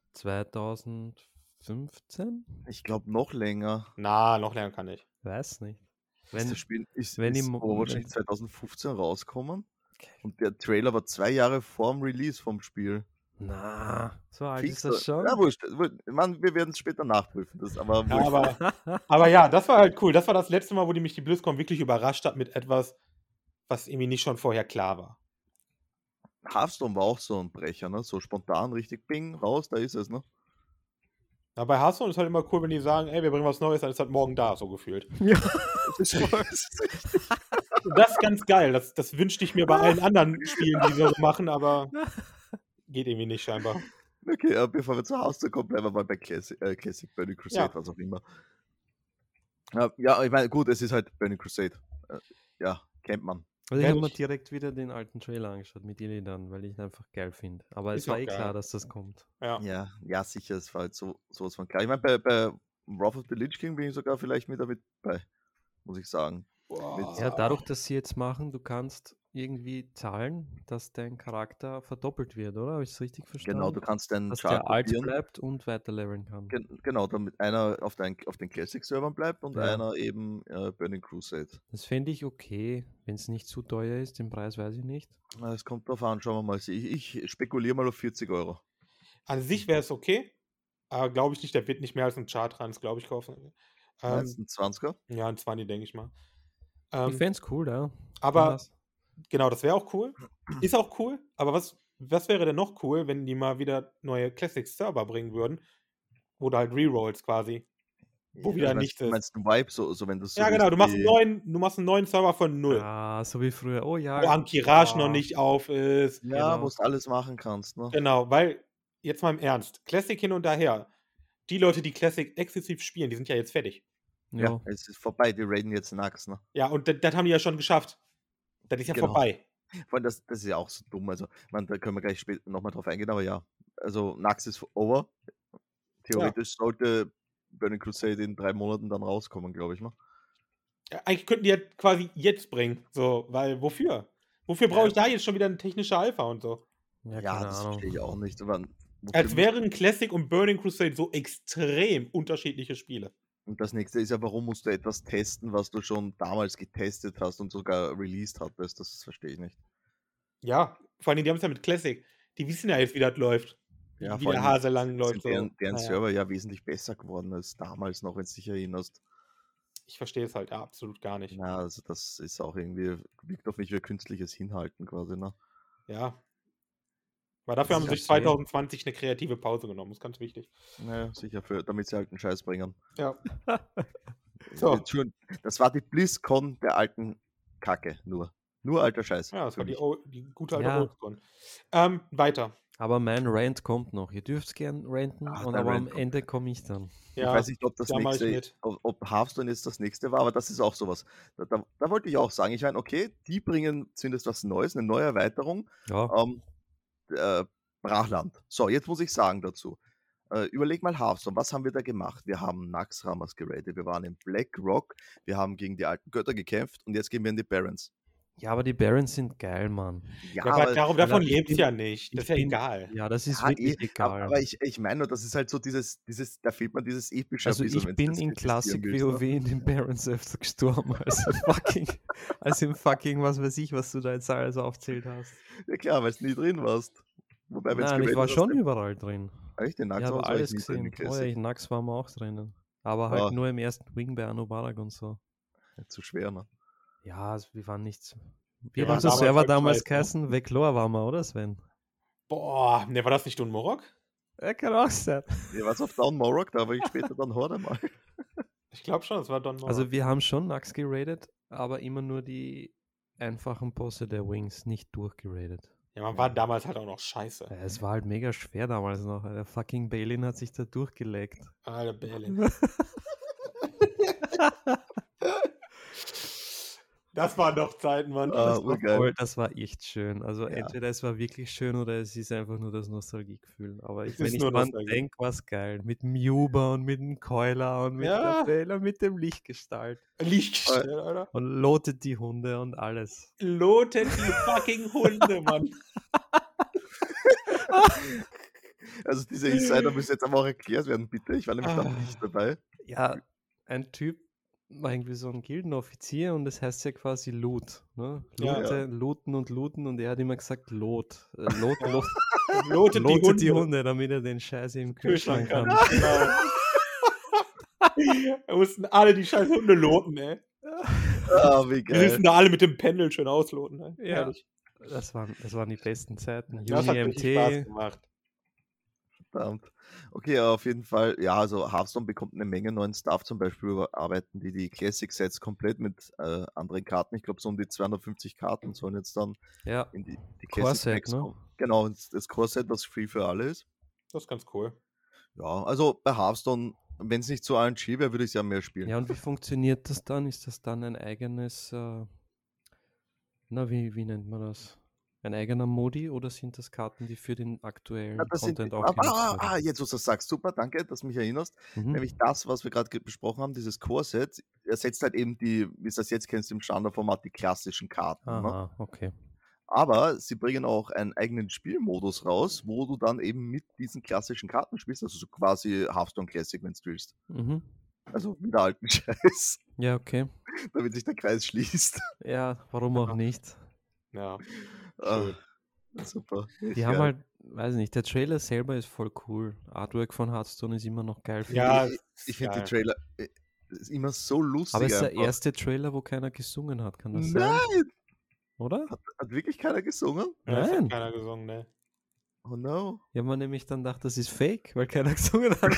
2015?
Ich glaube, noch länger.
Na, noch länger kann ich.
Weiß nicht.
Ist
Wenn,
das Spiel ist,
wenn
ist
im-
Overwatch
wenn-
nicht 2015 rauskommen
Okay.
und der Trailer war zwei Jahre vorm Release vom Spiel.
na, so alt
Fix
ist Ah, das
da-
schon.
Ja, wurscht. äh, wurscht. Man, wir werden es später nachprüfen. Das, aber
Ja,
wurscht.
aber, aber ja, das war halt cool. Das war das letzte Mal, wo die mich die BlizzCon wirklich überrascht hat mit etwas, was irgendwie nicht schon vorher klar war.
Hearthstone war auch so ein Brecher, ne? So spontan, richtig bing, raus, da ist es, ne?
Ja, bei Hearthstone ist halt immer cool, wenn die sagen, ey, wir bringen was Neues, dann ist halt morgen da, so gefühlt. Also
Das ist-
Das ist ganz geil. Das, das wünschte ich mir bei allen anderen Spielen, die wir so machen, aber geht irgendwie nicht scheinbar.
okay, äh, bevor wir zu Hearthstone kommen, bleiben wir mal bei Classic, äh, Classic Burning Crusade,
Ja.
was auch immer. Äh, ja, ich meine, gut, es ist halt Burning Crusade. Äh, ja, kennt man.
Also ich
Wenn
habe mir
ich-
direkt wieder den alten Trailer angeschaut mit Illidan, weil ich ihn einfach geil finde. Aber
Ist
es war
auch
eh
geil.
klar, dass das kommt.
Ja.
Ja, ja, sicher, es war halt so, sowas von klar. Ich meine, bei, bei Wrath of the Lich King bin ich sogar vielleicht mit damit bei, muss ich sagen.
Boah.
Ah,
Ja, dadurch, dass sie jetzt machen, du kannst irgendwie zahlen, dass dein Charakter verdoppelt wird, oder? Habe ich es richtig verstanden?
Genau, du kannst deinen
Dass
Chart
der alt
kopieren.
bleibt und weiter leveln kann.
Gen genau, damit einer auf, dein, auf den Classic-Servern bleibt und
Ja.
einer eben äh, Burning Crusade.
Das fände ich okay, wenn es nicht zu teuer ist. Den Preis weiß ich nicht.
Na, Es kommt drauf an, schauen wir mal. Ich, ich spekuliere mal auf 40 Euro.
An sich wäre es okay, aber glaube ich nicht, der wird nicht mehr als ein Chartrans, glaube ich, kaufen. Ähm,
Meistens 20er.
ja, ein 20, denke ich mal.
ich
Ähm,
fände es cool, ja.
aber
Anders.
genau, das wäre auch cool. Ist auch cool, aber was, was wäre denn noch cool, wenn die mal wieder neue Classic-Server bringen würden? Oder halt Rerolls quasi. Wo wieder
du meinst,
nichts
du
ist.
meinst einen Vibe, so, so wenn das so
ja, genau, du machst, einen
richtig-
neuen, du machst einen neuen Server von null.
Ah, so wie früher. Oh ja.
Wo Ankirage noch
Ah.
nicht auf ist.
Ja,
Genau.
wo du alles machen kannst. Ne?
Genau, weil, jetzt mal im Ernst, Classic hin und daher. Die Leute, die Classic exzessiv spielen, die sind ja jetzt fertig.
Ja.
Es ist vorbei, die raiden jetzt Nax. Ne?
Ja, und das, das haben die ja schon geschafft. Das ist ja
Genau.
vorbei.
Vor allem, das, das ist ja auch so dumm. Also, man, da können wir gleich später nochmal drauf eingehen, aber ja. Also, Nax ist over. Theoretisch sollte Burning Crusade in drei Monaten dann rauskommen, glaube ich ne? mal.
Ja, Eigentlich könnten die ja quasi jetzt bringen. So, weil wofür? Wofür brauche ich da jetzt schon wieder eine technische Alpha und so?
Ja,
ja,
keine
das
Ahnung.
verstehe ich auch nicht. Aber wofür
Als
muss-
wären Classic und Burning Crusade so extrem unterschiedliche Spiele.
und das nächste ist ja, warum musst du etwas testen, was du schon damals getestet hast und sogar released hattest? Das verstehe ich nicht.
Ja, vor allem, die haben es ja mit Classic. Die wissen ja jetzt, wie das läuft.
Ja,
wie
vor
der
allem
Hase lang
Sind
läuft. So.
deren deren
Naja,
Server ja wesentlich besser geworden als damals noch, wenn du dich erinnerst.
Ich verstehe es halt ja, absolut gar nicht.
Ja, also das ist auch irgendwie, wirkt auf mich wie künstliches Hinhalten quasi. Ne?
Ja. Weil dafür
Das
Also
haben sie
ist
sich
ja okay.
2020 eine kreative Pause genommen. Das ist ganz wichtig.
Naja, sicher, für, damit sie halt einen Scheiß bringen.
Ja.
Äh,
So.
Entschuldigung, Das war die BlizzCon der alten Kacke nur. Nur alter Scheiß.
Ja, das
für
war die,
mich.
O- die gute alte
Ja.
Oldscon. Ähm, weiter.
Aber mein Rant kommt noch. Ihr dürft gern ranten,
Ah,
und
dein
aber
Rant
am
kommt.
Ende komme ich dann.
Ja,
Ich weiß nicht, ob das
da mach ich
nächste,
mit.
ob, ob Hearthstone jetzt das nächste war, aber das ist auch sowas. Da, da, da wollte ich auch sagen, ich meine, okay, die bringen zumindest was Neues, eine neue Erweiterung.
Ja,
Ähm, äh, Brachland. So, jetzt muss ich sagen dazu. Äh, überleg mal Hearthstone, was haben wir da gemacht? Wir haben Naxxramas geradet, wir waren in Black Rock, wir haben gegen die alten Götter gekämpft und jetzt gehen wir in die Barons.
ja aber die Barons sind geil, Mann.
Ja, aber darum, davon
ich
lebt
bin-
ja nicht. Das ist ja
bin-
egal.
Ja, das ist
Ja, eh,
wirklich
Ab-
egal.
Aber ich, ich meine nur, das ist halt so dieses, dieses, da fehlt man dieses epische
also
ein bisschen,
ich
wenn's
bin
das
in
existieren
Classic
willst, ne?
WoW in den Barons öfter gestorben als im fucking, als im fucking, was weiß ich, was du da jetzt alles aufzählt hast.
ne? Ja klar, weil es nie drin warst. Wobei, wenn's
Nein, ich
gewählt
war
hast, Ah,
schon
dann-
überall drin.
Echt, den
Ich
Naxxramas
habe
war
alles
nie drin
gesehen.
in
Oh, ja,
Classic.
ich Nax war mal auch drinnen. Aber halt
Ah.
nur im ersten Wing bei Anubarak und so.
Zu schwer, ne?
Ja, also wir waren nicht. Wie
Wir
hat
waren
unser
damals
Server
halt
damals
scheiße, ne?
geheißen? Weglor waren wir, oder Sven?
Boah, ne, war das nicht Dunmorok?
Er kann auch sein.
Ich war auf Down Morrock, da war ich später dann Ah, Horde mal.
Ich glaube schon, das war Don Morok.
Also wir haben schon Nax geradet, aber immer nur die einfachen Bosse der Wings nicht durchgeradet.
ja, man war damals halt auch noch scheiße.
Ja, Es war halt mega schwer damals noch. Der fucking Balin hat sich da durchgelegt.
Alter Berlin. das waren doch Zeiten, Mann.
Ah,
Das war-
urgeil.
Voll, das war echt schön. Also
Ja.
entweder es war wirklich schön oder es ist einfach nur das Nostalgiegefühl. Aber ich,
Es
wenn
ist
ich
nur
dran
Nostalgie.
denke, war es geil. Mit dem Juba und mit dem Keuler und mit
Ja.
der Bella, mit dem Lichtgestalt.
Lichtgestellt, Alter.
Und lotet die Hunde und alles.
Lotet die fucking Hunde, Mann.
Also diese Insider müssen jetzt aber auch erklärt werden, bitte. Ich war nämlich da
Ah.
nicht dabei.
Ja, ein Typ war irgendwie so ein Gildenoffizier und das heißt ja quasi Loot. Ne?
Ja.
Loote, Looten und Looten und er hat immer gesagt Lot. Äh, Lot, Lot,
Lotet,
Lotet
die Hunde.
die Hunde, damit er den Scheiß im Kühlschrank
Kühlschrank
kann.
an. Genau. Wir mussten alle die scheiß Hunde loten, ey.
Ah, wie
Wir
geil.
müssen da alle mit dem Pendel schön ausloten, ey.
Ja.
Herrlich.
Das waren, das waren die besten Zeiten.
Das hat
Juni
richtig Spaß
MT.
gemacht.
Verdammt. Okay, aber auf jeden Fall, ja, also Hearthstone bekommt eine Menge neuen Stuff. Zum Beispiel überarbeiten die die Classic-Sets komplett mit äh, anderen Karten. Ich glaube, so um die 250 Karten sollen jetzt dann
Ja,
in die, die
Core Set,
Classic-Packs
ne?
kommen. Genau, ins- das Core-Set, was free für alle ist.
Das ist ganz cool.
Ja, also bei Hearthstone, wenn es nicht so RNG wäre, würde ich es ja mehr spielen.
ja, und wie funktioniert das dann? Ist das dann ein eigenes, äh, na, wie, wie nennt man das? Ein eigener Modi oder sind das Karten, die für den aktuellen
Ja, das sind,
Content
die-
auch
ah,
genutzt
ah, ah,
werden?
jetzt, wo du das sagst, super, danke, dass du mich erinnerst.
Mhm.
Nämlich das, was wir gerade ge- besprochen haben, dieses Core-Set, ersetzt halt eben die, wie es das jetzt kennst, im Standardformat, die klassischen Karten. Ne?
Aha, okay.
Aber sie bringen auch einen eigenen Spielmodus raus, wo du dann eben mit diesen klassischen Karten spielst, also so quasi Hearthstone Classic, wenn du willst.
Mhm.
Also wieder alten Scheiß,
Ja, okay.
damit sich der Kreis schließt.
Ja, warum auch
Ja.
nicht?
Ja.
Ah, super.
Die haben halt, weiß nicht, der Trailer selber ist voll cool. Artwork von Hearthstone ist immer noch geil. finde
Ja,
ich- Ich finde
geil.
den Trailer äh, ist immer so lustig.
Aber es ist der
einfach.
erste Trailer, wo keiner gesungen hat, kann das sein?
Nein!
Oder?
Hat wirklich keiner gesungen?
Das
Nein.
hat keiner gesungen, ne?
Oh no.
Ich habe mir nämlich dann gedacht, das ist fake, weil keiner gesungen hat.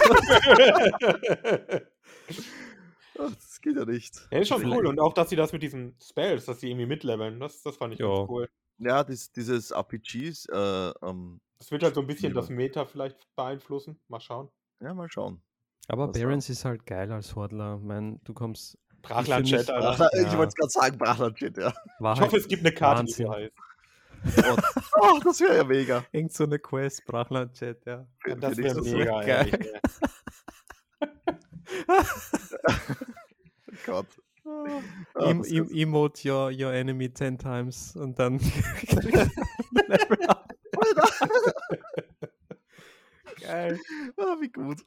Ach, das geht ja nicht.
ja, ist schon
Vielleicht-
cool. Und auch, dass sie das mit diesen Spells, dass sie irgendwie mitleveln, das, das fand ich
Ja.
ganz cool.
Ja, dies, dieses RPGs, äh, ähm,
Das wird halt so ein bisschen
Lieber.
das Meta vielleicht beeinflussen. Mal schauen.
ja, mal schauen.
Aber
Was
Barons ist halt geil als Hordler. Ich mein, du kommst.
Brachland-Chat,
mich-
Alter.
Brachler, Ich
ja.
wollte es gerade sagen, Brachland steht, ja.
War
Ich
halt
hoffe, es gibt eine Karte, die so
Wahnsinn.
heißt.
Oh, das wäre ja mega.
irgend so eine Quest, Brachland-Chat, ja.
Für-
Das
für dich
wäre
so
mega,
geil.
ehrlich, ey.
Oh Gott. Ah,
Im,
das
im,
ist-
emote your, your enemy 10 times und dann. geil.
ah, wie gut.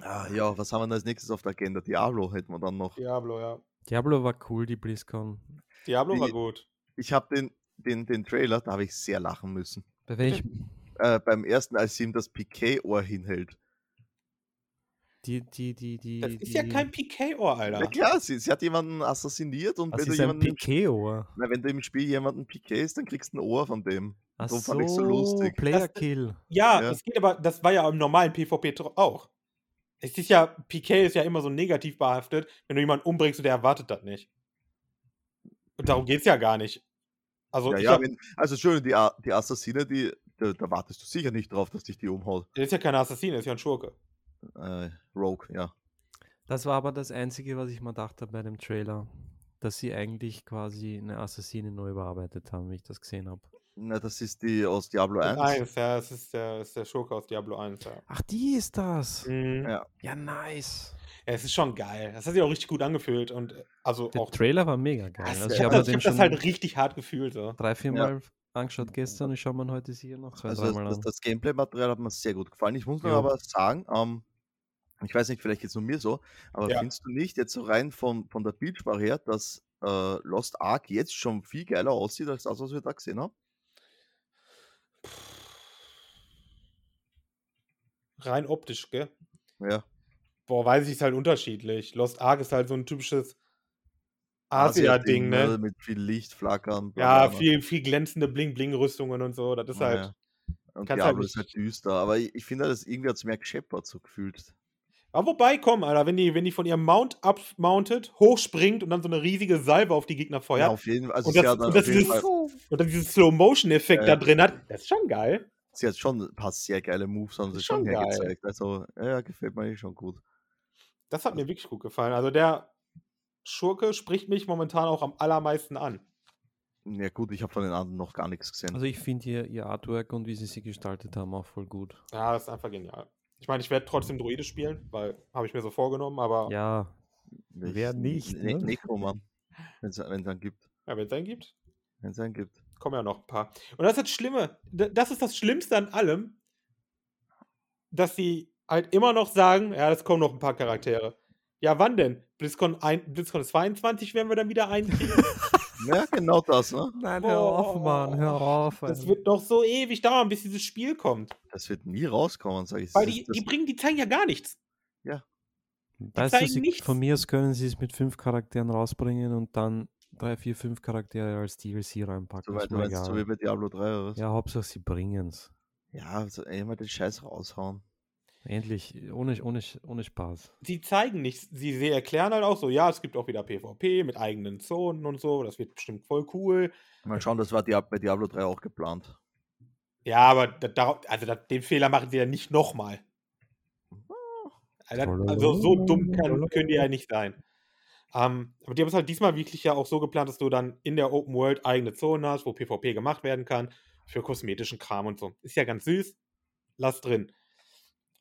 Ah, ja, was haben wir denn als nächstes auf der Agenda? Diablo hätten wir dann noch.
Diablo, ja.
Diablo war cool, die BlizzCon.
Diablo war
Die-
gut.
Ich habe den, den, den Trailer, da habe ich sehr lachen müssen.
Bei welchem?
Äh, beim ersten, als sie ihm das Piquet-Ohr hinhält.
Die, die, die, die.
Das ist
die,
ja kein PK-Ohr,
Ja,
Alter.
klar, sie, sie hat jemanden assassiniert und
Das
wenn du,
Ah, ist ein
jemanden im,
Pikeo.
na, wenn du im Spiel jemanden piquetst, dann kriegst du ein Ohr von dem.
Ach
Darum
so,
fand ich's so lustig.
Player
Das-
Kill.
Ja,
Ja.
das geht aber, das war ja im normalen PvP tro- auch. Es ist ja, PK ist ja immer so negativ behaftet, wenn du jemanden umbringst und der erwartet das nicht. darum geht es ja gar nicht. Also,
Mhm. ja,
ich
ja,
hab,
wenn, also schön, die, A- die Assassine, die, da, da wartest du sicher nicht drauf, dass dich die umhaut.
der ist ja kein Assassine, der ist ja ein Schurke.
Äh, Rogue, ja.
Das war aber das Einzige, was ich mal dachte bei dem Trailer, dass sie eigentlich quasi eine Assassine neu überarbeitet haben, wie ich das gesehen habe.
Na, das ist die aus Diablo
Das
1.
ist eins, ja, das ist der, ist der Schurke aus Diablo 1, ja.
Ach, die ist das.
Mhm.
Ja.
Ja.
Ja, nice.
Es ist schon geil. Das hat sich auch richtig gut angefühlt und äh, also
Der
auch.
Trailer war mega geil.
Das-
Also
ich
ich habe
habe
mir
das, ich
den
hab
schon
das halt richtig hart gefühlt. So.
drei, vier
Ja.
Mal angeschaut gestern. Ich schaue mir ihn heute sicher noch zwei,
Also das,
dreimal
das,
an.
das Gameplay-Material hat mir sehr gut gefallen. Ich muss nur
Jo.
aber sagen, ähm, ich weiß nicht, vielleicht geht es nur mir so, aber
Ja.
findest du nicht jetzt so rein von, von der Bildspar her, dass äh, Lost Ark jetzt schon viel geiler aussieht als das, was wir da gesehen haben?
Rein optisch, gell?
Ja.
Boah, weiß ich, ist halt unterschiedlich. Lost Ark ist halt so ein typisches
Asia-Ding,
Asia-Ding,
ne,
ne?
Mit viel Licht, Flackern. bla,
Ja,
bla, bla.
viel, viel glänzende Bling-Bling-Rüstungen und so. Das ist
Ja,
halt.
Ah, ja. Und
kannst
Diablo
halt
ist halt düster, aber ich, ich finde, das irgendwie hat es mehr gescheppert so gefühlt.
Aber wobei, komm, Alter, wenn die, wenn die von ihrem Mount abmountet, hochspringt und dann so eine riesige Salve auf die Gegner
Ja,
feuert
auf jeden Fall. Also
Oh Und
sie,
das-
hat
und
auf
das
jeden
ist-
Fall,
und dann dieses Slow-Motion-Effekt
Ja.
da drin hat, das ist schon geil.
sie hat schon ein paar sehr geile Moves, haben sie
Ist
schon
schon geil.
hergezeigt. Also, ja, ja, gefällt mir eigentlich schon gut.
Das hat mir wirklich gut gefallen. Also der Schurke spricht mich momentan auch am allermeisten an.
Ja, gut, ich habe von den anderen noch gar nichts gesehen.
Also ich finde ihr, ihr Artwork und wie sie sie gestaltet haben auch voll gut.
Ja, das ist einfach genial. Ich meine, ich werde trotzdem
Mhm.
Druide spielen, weil habe ich mir so vorgenommen, aber ja,
Ja, Wer nicht,
Ne
ne?
Necroman. Wenn es einen gibt.
wenn es einen gibt,
Wenn es einen gibt.
kommen ja noch ein paar. Und das ist das Schlimme. D- Das ist das Schlimmste an allem, dass sie halt immer noch sagen, ja, es kommen noch ein paar Charaktere. Ja, wann denn? BlizzCon, ein, BlizzCon 22 werden wir dann wieder einkriegen.
Ja, genau das, ne?
Nein,
hör auf, Mann, hör
auf.
das wird noch so ewig dauern, bis dieses Spiel kommt.
Das wird nie rauskommen, sage ich.
Weil
Das
die,
ist das,
die bringen, die zeigen ja gar nichts.
weißt du,
zeigen
sie,
nichts.
von mir aus können sie es mit fünf Charakteren rausbringen und dann drei, vier, fünf Charaktere als DLC
so
reinpacken.
weit,
ist
du
mir
meinst, so wie
egal.
bei Diablo 3 oder was?
Ja, Hauptsache sie bringen es.
Ja, also, ey, mal den Scheiß raushauen.
Endlich, ohne, ohne, ohne Spaß.
sie zeigen nichts. Sie, sie erklären halt auch so, ja, es gibt auch wieder PvP mit eigenen Zonen und so, das wird bestimmt voll cool.
Mal schauen, das war Diab bei Diablo 3 auch geplant.
Ja, aber da, da, also da, den Fehler machen sie ja nicht nochmal. Also, das- also so dumm kann, können die ja nicht sein. Ähm, aber die haben es halt diesmal wirklich ja auch so geplant, dass du dann in der Open World eigene Zonen hast, wo PvP gemacht werden kann, für kosmetischen Kram und so. Ist ja ganz süß. Lass drin.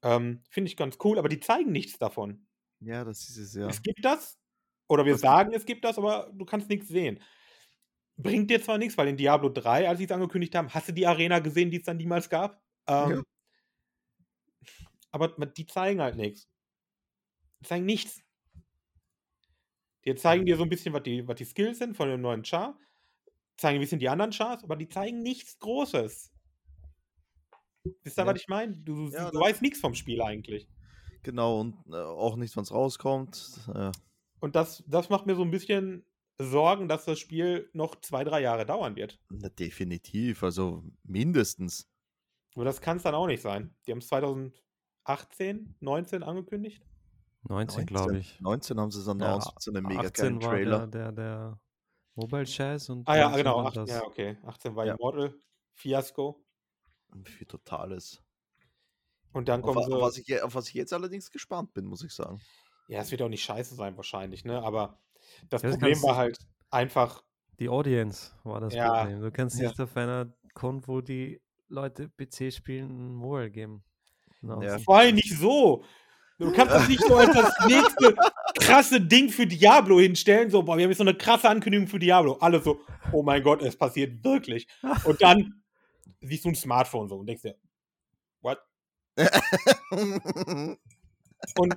Ähm, Finde ich ganz cool, aber die zeigen nichts davon.
Ja, das ist es ja.
es gibt das. Oder wir
Das-
sagen, es gibt das, aber du kannst nichts sehen. Bringt dir zwar nichts, weil in Diablo 3, als sie es angekündigt haben, hast du die Arena gesehen, die es dann niemals gab? Ähm,
Ja.
Aber man- die zeigen halt nichts. Die zeigen nichts. Die zeigen dir so ein bisschen, was die, was die Skills sind von dem neuen Char. Zeigen ein bisschen die anderen Chars, aber die zeigen nichts Großes. Wisst ihr,
Ja.
was ich meine? Du,
Ja,
du
das-
weißt nichts vom Spiel eigentlich.
Genau, und äh, auch nicht, wenn es rauskommt. Äh,
Und das, das macht mir so ein bisschen Sorgen, dass das Spiel noch zwei, drei Jahre dauern wird.
na, definitiv, also mindestens.
Aber das kann es dann auch nicht sein. Die haben es 2018, 19 angekündigt.
19, glaube ich.
19 haben sie es announced mit so einem mega geilen
18 war
Trailer.
Der, der, der Mobile-Scheiß und.
Ah ja,
19
genau.
war
18, ja, okay. 18 war
Ja.
Immortal, Fiasco.
Für totales.
Und dann
Auf,
kommen
wa- auf, was
sie.
ich, je- auf was ich jetzt allerdings gespannt bin, muss ich sagen.
Ja, es wird auch nicht scheiße sein, wahrscheinlich, ne? Aber das
Ja, das
Problem
kannst-
war halt einfach.
Die Audience war das
Ja,
Problem. Du kannst
ja.
nicht auf einer Con, wo die Leute PC spielen, ein Mobile geben.
Ja.
Vor allem nicht so. Du kannst das nicht so als das nächste krasse Ding für Diablo hinstellen. So, boah, wir haben jetzt so eine krasse Ankündigung für Diablo. Alle so, oh mein Gott, es passiert wirklich. Und dann siehst du ein Smartphone so und denkst dir, und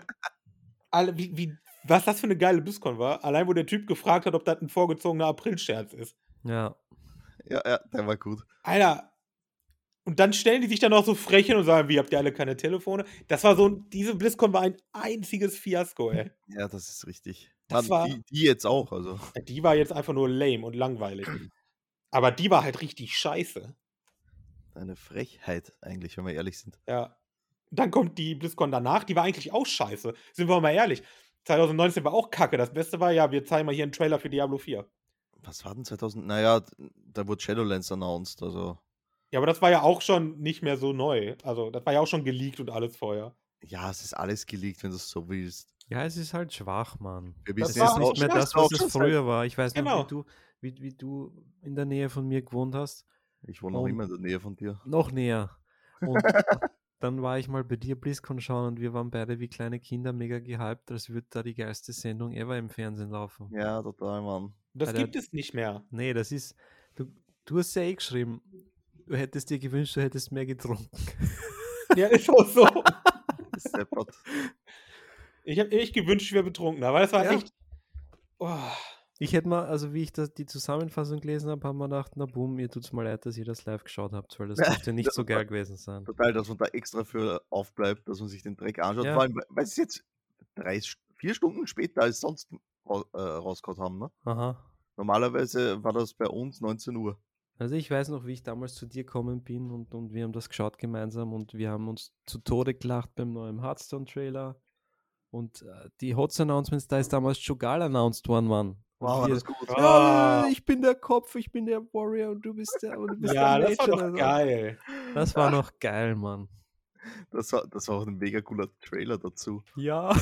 alle, wie, wie, was das für eine geile BlizzCon war. Allein, wo der Typ gefragt hat, ob das ein vorgezogener Aprilscherz ist.
ja.
ja, ja, der war gut.
Alter. Und dann stellen die sich dann auch so frech hin und sagen, wie habt ihr alle keine Telefone? Das war so, ein- diese BlizzCon war ein einziges Fiasko, ey.
Ja, das ist richtig. Mann,
Das war-
die, die jetzt auch, also.
Ja, Die war jetzt einfach nur lame und langweilig. Aber die war halt richtig scheiße.
Eine Frechheit, eigentlich, wenn wir ehrlich sind.
Ja. Dann kommt die BlizzCon danach, die war eigentlich auch scheiße. Sind wir mal ehrlich. 2019 war auch kacke. Das Beste war ja, wir zeigen mal hier einen Trailer für Diablo 4.
was war denn 2000? Naja, da wurde Shadowlands announced, also.
Ja, aber das war ja auch schon nicht mehr so neu. Also, das war ja auch schon geleakt und alles vorher.
Ja, es ist alles geleakt, wenn du es so willst.
Ja, es ist halt schwach, Mann.
Wir
Das
Es
wissen
war
ist
jetzt
auch
nicht mehr
schlecht,
das, was
auch
es früher war. Ich weiß
Genau.
noch, wie du, wie, wie du in der Nähe von mir gewohnt hast.
Ich wohne noch
Und-
immer in der Nähe von dir.
Noch näher. Und dann war ich mal bei dir BlizzCon schauen und wir waren beide wie kleine Kinder mega gehypt, als würde da die geilste Sendung ever im Fernsehen laufen.
Ja, total, Mann.
Das
Alter.
gibt es nicht mehr.
Nee, das ist. Du, du hast ja eh geschrieben, du hättest dir gewünscht, du hättest mehr getrunken.
Ja, ist auch so.
Seppert.
Ich habe echt gewünscht, wir betrunken, aber das war
Ja.
echt. Oh.
Ich hätte mal, also wie ich das, die Zusammenfassung gelesen habe, haben wir gedacht, na boom, ihr tut's mal leid, dass ihr das live geschaut habt, weil das dürfte nicht so geil gewesen sein.
Total, dass man da extra für aufbleibt, dass man sich den Dreck anschaut.
Ja.
Vor allem, weil sie es jetzt drei, St- vier Stunden später als sonst ra- äh, rausgehauen haben. Ne?
Aha.
Normalerweise war das bei uns 19 Uhr.
Also ich weiß noch, wie ich damals zu dir gekommen bin und, und wir haben das geschaut gemeinsam und wir haben uns zu Tode gelacht beim neuen Hearthstone-Trailer. Und äh, die Hotz-Announcements, da ist damals Jogal announced worden, Mann. Und
Wow, war
wir-
das gut.
Ja.
ja, ich bin der Kopf, ich bin der Warrior und du bist der, und du bist
Ja,
der
das war
Mage und
doch
also-
geil.
Das war noch geil, Mann.
Das war, das war auch ein mega cooler Trailer dazu.
Ja.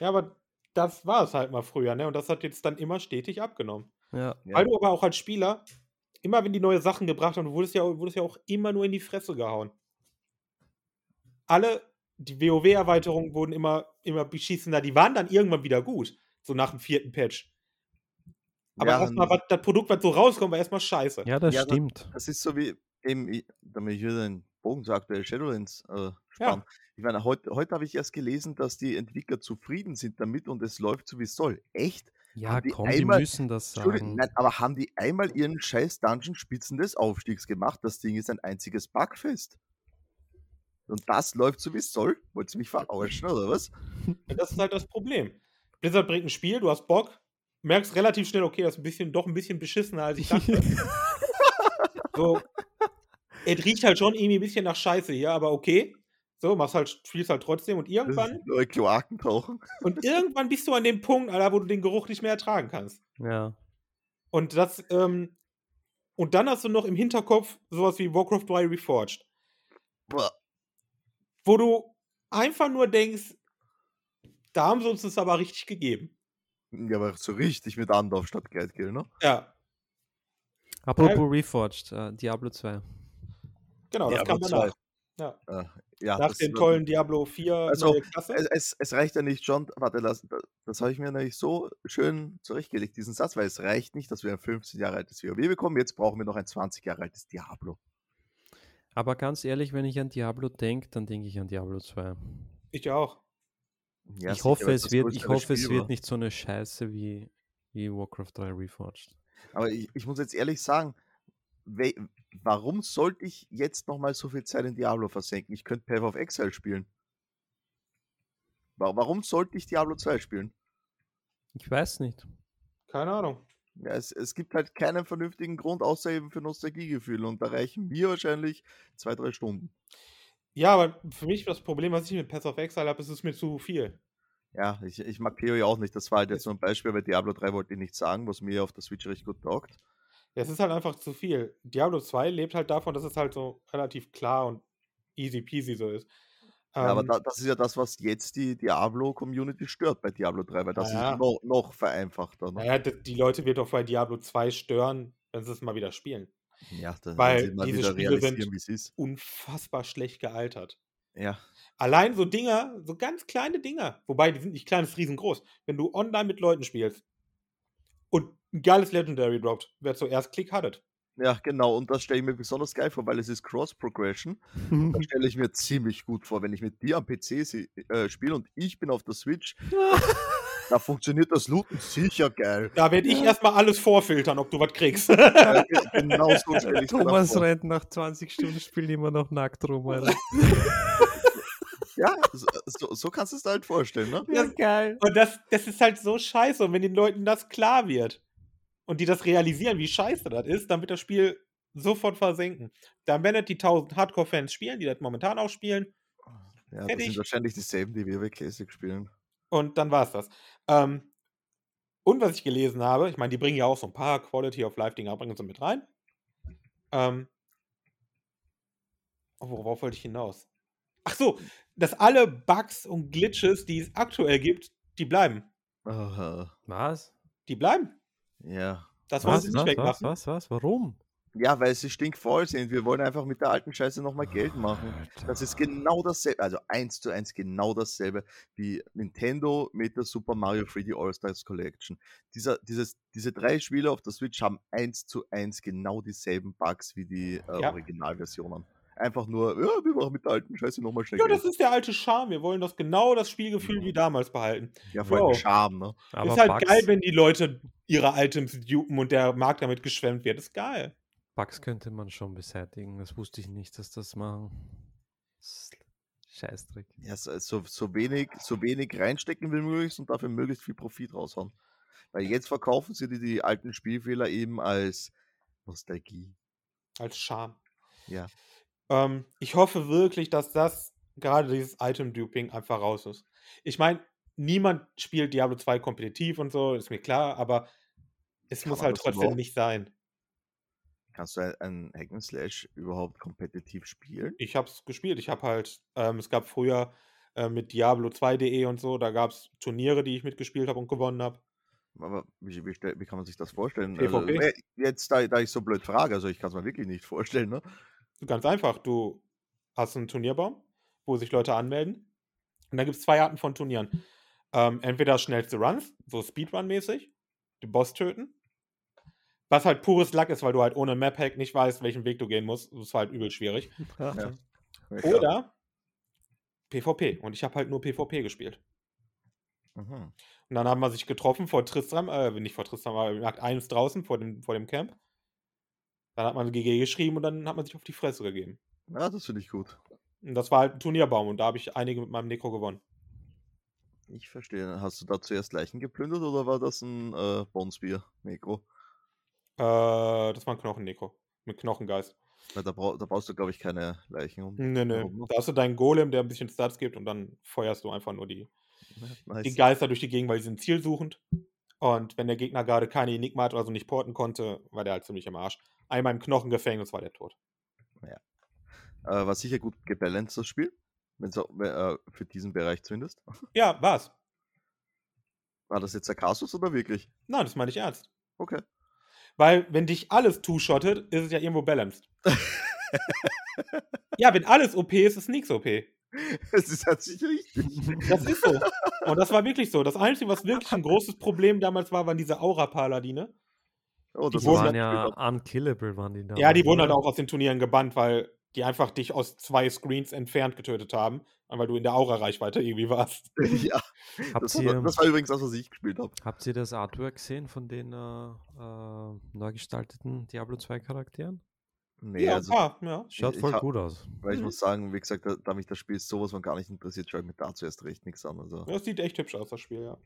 Ja, aber das war es halt mal früher, ne? Und das hat jetzt dann immer stetig abgenommen.
Ja,
Ja.
Weil du aber auch als Spieler, immer wenn die neue Sachen gebracht haben, du wurdest ja, wurdest ja auch immer nur in die Fresse gehauen. Alle, die WoW-Erweiterungen wurden immer, immer beschießender, die waren dann irgendwann wieder gut, so nach dem vierten Patch. Aber
ja,
erstmal, was- das Produkt, was so rauskommt, war erstmal scheiße.
ja das
Ja, das-
stimmt.
Das ist so wie, eben, ich- damit ich wieder den Bogen zu aktuell Shadowlands äh, spann. Ich meine, heute, heute habe ich erst gelesen, dass die Entwickler zufrieden sind damit und es läuft so wie es soll. Echt?
Ja,
haben die
komm,
einmal-
die müssen das
Entschuldigung,
sagen.
nein, aber haben die einmal ihren scheiß Dungeon Spitzen des Aufstiegs gemacht? Das Ding ist ein einziges Bugfest. Und das läuft so wie es soll? Wolltest du mich verarschen oder was?
Ja, Das ist halt das Problem. Blizzard bringt ein Spiel, du hast Bock, merkst relativ schnell, okay, das ist ein bisschen, doch ein bisschen beschissener, als ich dachte. so, es riecht halt schon irgendwie ein bisschen nach Scheiße hier, aber okay. So, machst halt, spielst halt trotzdem und
Das
irgendwann,
ist neue Kloaken tauchen.
und irgendwann bist du an dem Punkt, Alter, wo du den Geruch nicht mehr ertragen kannst.
Ja.
Und das, ähm, und dann hast du noch im Hinterkopf sowas wie Warcraft 3 Reforged.
Boah,
wo du einfach nur denkst, da haben sie uns das aber richtig gegeben.
ja, aber so richtig mit Anlauf statt Gleitgel, ne?
Ja,
Apropos Reforged, äh, Diablo 2.
genau,
Diablo
das kann man
2.
nach. Ja.
Äh, ja,
Nach
das
dem
wird-
tollen Diablo 4
Also,
neue Klasse.
Es, es, es reicht ja nicht schon, warte, lass, das, das habe ich mir nämlich so schön zurechtgelegt, diesen Satz, weil es reicht nicht, dass wir ein 15 Jahre altes WoW bekommen, jetzt brauchen wir noch ein 20 Jahre altes Diablo.
Aber ganz ehrlich, wenn ich an Diablo denke, dann denke ich an Diablo 2.
ich auch.
Ja,
ich
sicher,
hoffe,
weil
es
das
wird, ich
größere
hoffe, es
Spiel
wird
war.
nicht so eine Scheiße wie, wie Warcraft 3 Reforged.
Aber ich, ich muss jetzt ehrlich sagen, we, warum sollte ich jetzt nochmal so viel Zeit in Diablo versenken? Ich könnte Path of Exile spielen. Wa- Warum sollte ich Diablo 2 spielen?
Ich weiß nicht.
Keine Ahnung.
Ja, es, es gibt halt keinen vernünftigen Grund, außer eben für Nostalgiegefühle. Und da reichen mir wahrscheinlich zwei, drei Stunden.
Ja, aber für mich das Problem, was ich mit Path of Exile habe, ist es ist mir zu viel.
Ja, ich, ich mag Peo ja auch nicht. Das war halt jetzt nur ein Beispiel, weil Diablo 3 wollte ich nicht sagen, was mir auf der Switch recht gut taugt.
Es ist halt einfach zu viel. Diablo 2 lebt halt davon, dass es halt so relativ klar und easy peasy so ist.
Ja, aber
Ähm,
da, das ist ja das, was jetzt die Diablo-Community stört bei Diablo 3, weil das
Naja.
ist noch, noch vereinfachter. Ne?
naja, d- die Leute wird doch bei Diablo 2 stören, wenn sie es mal wieder spielen.
Ja, dann
Weil
werden sie mal
diese
wieder
Spiele sind-
realisieren, wie es ist.
Unfassbar schlecht gealtert.
Ja,
Allein so Dinger, so ganz kleine Dinger, wobei die sind nicht klein, das ist riesengroß. Wenn du online mit Leuten spielst und ein geiles Legendary droppt, wer zuerst Klick hattet.
ja, genau. Und das stelle ich mir besonders geil vor, weil es ist Cross-Progression. Das stelle ich mir ziemlich gut vor. Wenn ich mit dir am PC si- äh, spiele und ich bin auf der Switch, da funktioniert das Looten sicher geil.
Da werde ich erstmal alles vorfiltern, ob du was kriegst.
Ja, ge- genau so stelle ich
Thomas
vor.
rennt nach 20 Stunden Spiel immer noch nackt rum, Alter.
Ja, so, so, so kannst du es dir halt vorstellen, ne?
Ja,
geil.
und das, das ist halt so scheiße. Und wenn den Leuten das klar wird und die das realisieren, wie scheiße das ist, dann wird das Spiel sofort versenken. Dann werden die 1000 Hardcore-Fans spielen, die das momentan auch spielen.
Ja, das
Fertig.
sind wahrscheinlich dieselben, die wir bei Classic spielen.
Und dann war es das. Ähm, Und was ich gelesen habe, ich meine, die bringen ja auch so ein paar Quality of Life-Dinger, bringen sie mit rein. Ähm, oh, worauf wollte ich hinaus? Ach so, dass alle Bugs und Glitches, die es aktuell gibt, die bleiben.
Aha.
Was?
Die bleiben.
Ja.
Das wollen
Was?
sie nicht
Was? Was?
wegmachen.
Was? Was? Warum?
Ja, weil sie stinkvoll sind. Wir wollen einfach mit der alten Scheiße nochmal Geld machen.
Alter.
Das ist genau dasselbe, also eins zu eins genau dasselbe wie Nintendo mit der Super Mario 3D All-Stars Collection. Dieser, dieses, diese drei Spiele auf der Switch haben eins zu eins genau dieselben Bugs wie die äh,
Ja.
Originalversionen. Einfach nur, ja, wir machen mit der alten Scheiße nochmal schnell
Ja,
Geld.
das ist der alte Charme. Wir wollen das genau das Spielgefühl wie damals behalten.
Ja, vor allem
Bro.
Charme, ne?
Aber
ist halt
Bugs,
geil, wenn die Leute ihre Items dupen und der Markt damit geschwemmt wird. Ist geil.
Bugs könnte man schon beseitigen. Das wusste ich nicht, dass das machen. S- Scheißdreck.
Ja, so, so, so, wenig, so wenig reinstecken wie möglich und dafür möglichst viel Profit raushauen. Weil jetzt verkaufen sie die, die alten Spielfehler eben als Nostalgie.
Als Charme.
Ja.
Ähm, ich hoffe wirklich, dass das gerade dieses Item-Duping einfach raus ist. Ich meine, niemand spielt Diablo 2 kompetitiv und so, ist mir klar, aber es
Kann
muss
man
halt
das
trotzdem
überhaupt?
nicht sein.
Kannst du ein- ein Hack'n'Slash überhaupt kompetitiv spielen?
ich habe es gespielt. Ich habe halt, ähm, es gab früher äh, mit Diablo2.de und so, da gab es Turniere, die ich mitgespielt habe und gewonnen habe.
Aber wie, wie, stell- wie kann man sich das vorstellen?
PvP?
Also, äh, jetzt, da, da ich so blöd frage, also ich kann es mir wirklich nicht vorstellen. Ne?
Ganz einfach, du hast einen Turnierbaum, wo sich Leute anmelden. Und da gibt es zwei Arten von Turnieren. Ähm, entweder schnellste Runs, so Speedrun-mäßig, den Boss töten. Was halt pures Luck ist, weil du halt ohne Map-Hack nicht weißt, welchen Weg du gehen musst. Das ist halt übel schwierig.
Ja.
Oder PvP. Und ich habe halt nur PvP gespielt.
Mhm.
Und dann haben wir sich getroffen vor Tristram, äh, nicht vor Tristram, aber im Akt 1 draußen vor dem, vor dem Camp. Dann hat man GG geschrieben und dann hat man sich auf die Fresse gegeben.
Ja, das finde ich gut.
Und das war halt ein Turnierbaum und da habe ich einige mit meinem Nekro gewonnen.
Ich verstehe. Hast du da zuerst Leichen geplündert oder war das ein äh, Bonsbier, Mikro?
Äh, das war ein Knochen-Nekro. Mit Knochengeist.
Weil da, brau- da brauchst du, glaube ich, keine Leichen um.
Nö, nö.
Warum noch?
Da hast du deinen Golem, der ein bisschen Stats gibt und dann feuerst du einfach nur die, die
Nice.
Geister durch die Gegend, weil die sind zielsuchend. Und wenn der Gegner gerade keine Enigma hat oder so nicht porten konnte, war der halt ziemlich im Arsch. Einmal im Knochengefängnis war der tot.
Äh, war sicher gut gebalanced, das Spiel. Wenn's auch, äh, für diesen Bereich zumindest.
Ja, war's.
War das jetzt Sarkasmus oder wirklich?
Nein, das meine ich ernst.
Okay.
Weil, wenn dich alles two-shottet, ist es ja irgendwo balanced. ja, wenn alles OP ist, ist nichts OP.
Es ist halt sicher richtig.
Das ist so. Und das war wirklich so. Das Einzige, was wirklich ein großes Problem damals war, waren diese Aura-Paladine.
Oh, das
Die
Die
ist
wurden
waren
natürlich
ja
auch-
unkillable, waren die da.
Ja, die wurden halt auch aus den Turnieren gebannt, weil die einfach dich aus zwei Screens entfernt getötet haben, weil du in der Aura-Reichweite irgendwie warst.
ja,
Habt
das, war,
ihr,
das war übrigens das, was ich gespielt habe.
habt ihr das Artwork gesehen von den äh, äh, neu gestalteten Diablo 2 Charakteren?
Nee,
ja,
also,
klar, ja.
Schaut
ich
voll
hab-
gut aus.
weil ich
Mhm.
muss sagen, wie gesagt, da, da mich das Spiel sowas von gar nicht interessiert, schaue ich mir dazu erst recht nichts an. Also.
Ja, Das sieht echt hübsch aus, das Spiel, ja.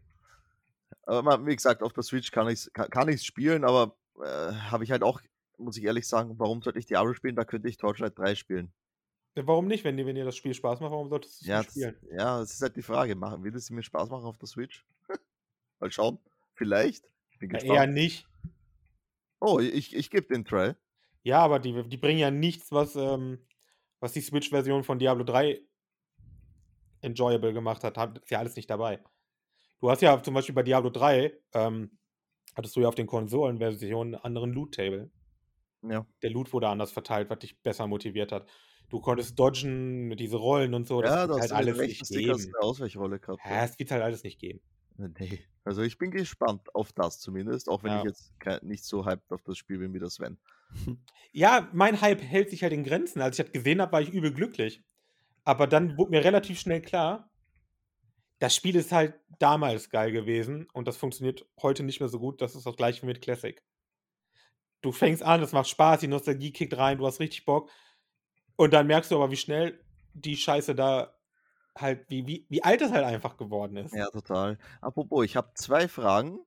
Aber man- wie gesagt, auf der Switch kann ich es kann, kann ich's spielen, aber äh, habe ich halt auch, muss ich ehrlich sagen, warum sollte ich Diablo spielen? Da könnte ich Torchlight 3 spielen.
Ja, Warum nicht, wenn dir, wenn dir das Spiel Spaß macht, warum solltest du es
Ja,
nicht
das,
spielen?
ja, das ist halt die Frage. Machen, will es mir Spaß machen auf der Switch? Mal schauen. Vielleicht. Ich bin
Ja,
gespannt.
eher nicht.
oh, ich, ich gebe den Try.
Ja, aber die, die bringen ja nichts, was, ähm, was die Switch-Version von Diablo 3 enjoyable gemacht hat. Hab- Ist ja alles nicht dabei. Du hast ja zum Beispiel bei Diablo 3, ähm, hattest du ja auf den Konsolenversionen einen anderen Loot-Table.
Ja.
Der Loot wurde anders verteilt, was dich besser motiviert hat. Du konntest dodgen, diese Rollen und so.
ja,
wird's
da hast
halt
du mit
alles
dem rechten
nicht
Stick hast
geben.
du eine Ausweichrolle gehabt.
Ja, es wird halt alles nicht geben.
Nee. Also ich bin gespannt auf das zumindest, auch wenn
Ja.
ich jetzt kei- nicht so hyped auf das Spiel bin wie der Sven.
Ja, mein Hype hält sich halt in Grenzen. Als ich das gesehen habe, war ich übel glücklich. Aber dann wurde mir relativ schnell klar, das Spiel ist halt damals geil gewesen und das funktioniert heute nicht mehr so gut. Das ist das gleiche wie mit Classic. Du fängst an, es macht Spaß, die Nostalgie kickt rein, du hast richtig Bock. Und dann merkst du aber, wie schnell die Scheiße da halt, wie, wie, wie alt das halt einfach geworden ist.
Ja, total. Apropos, ich habe zwei Fragen.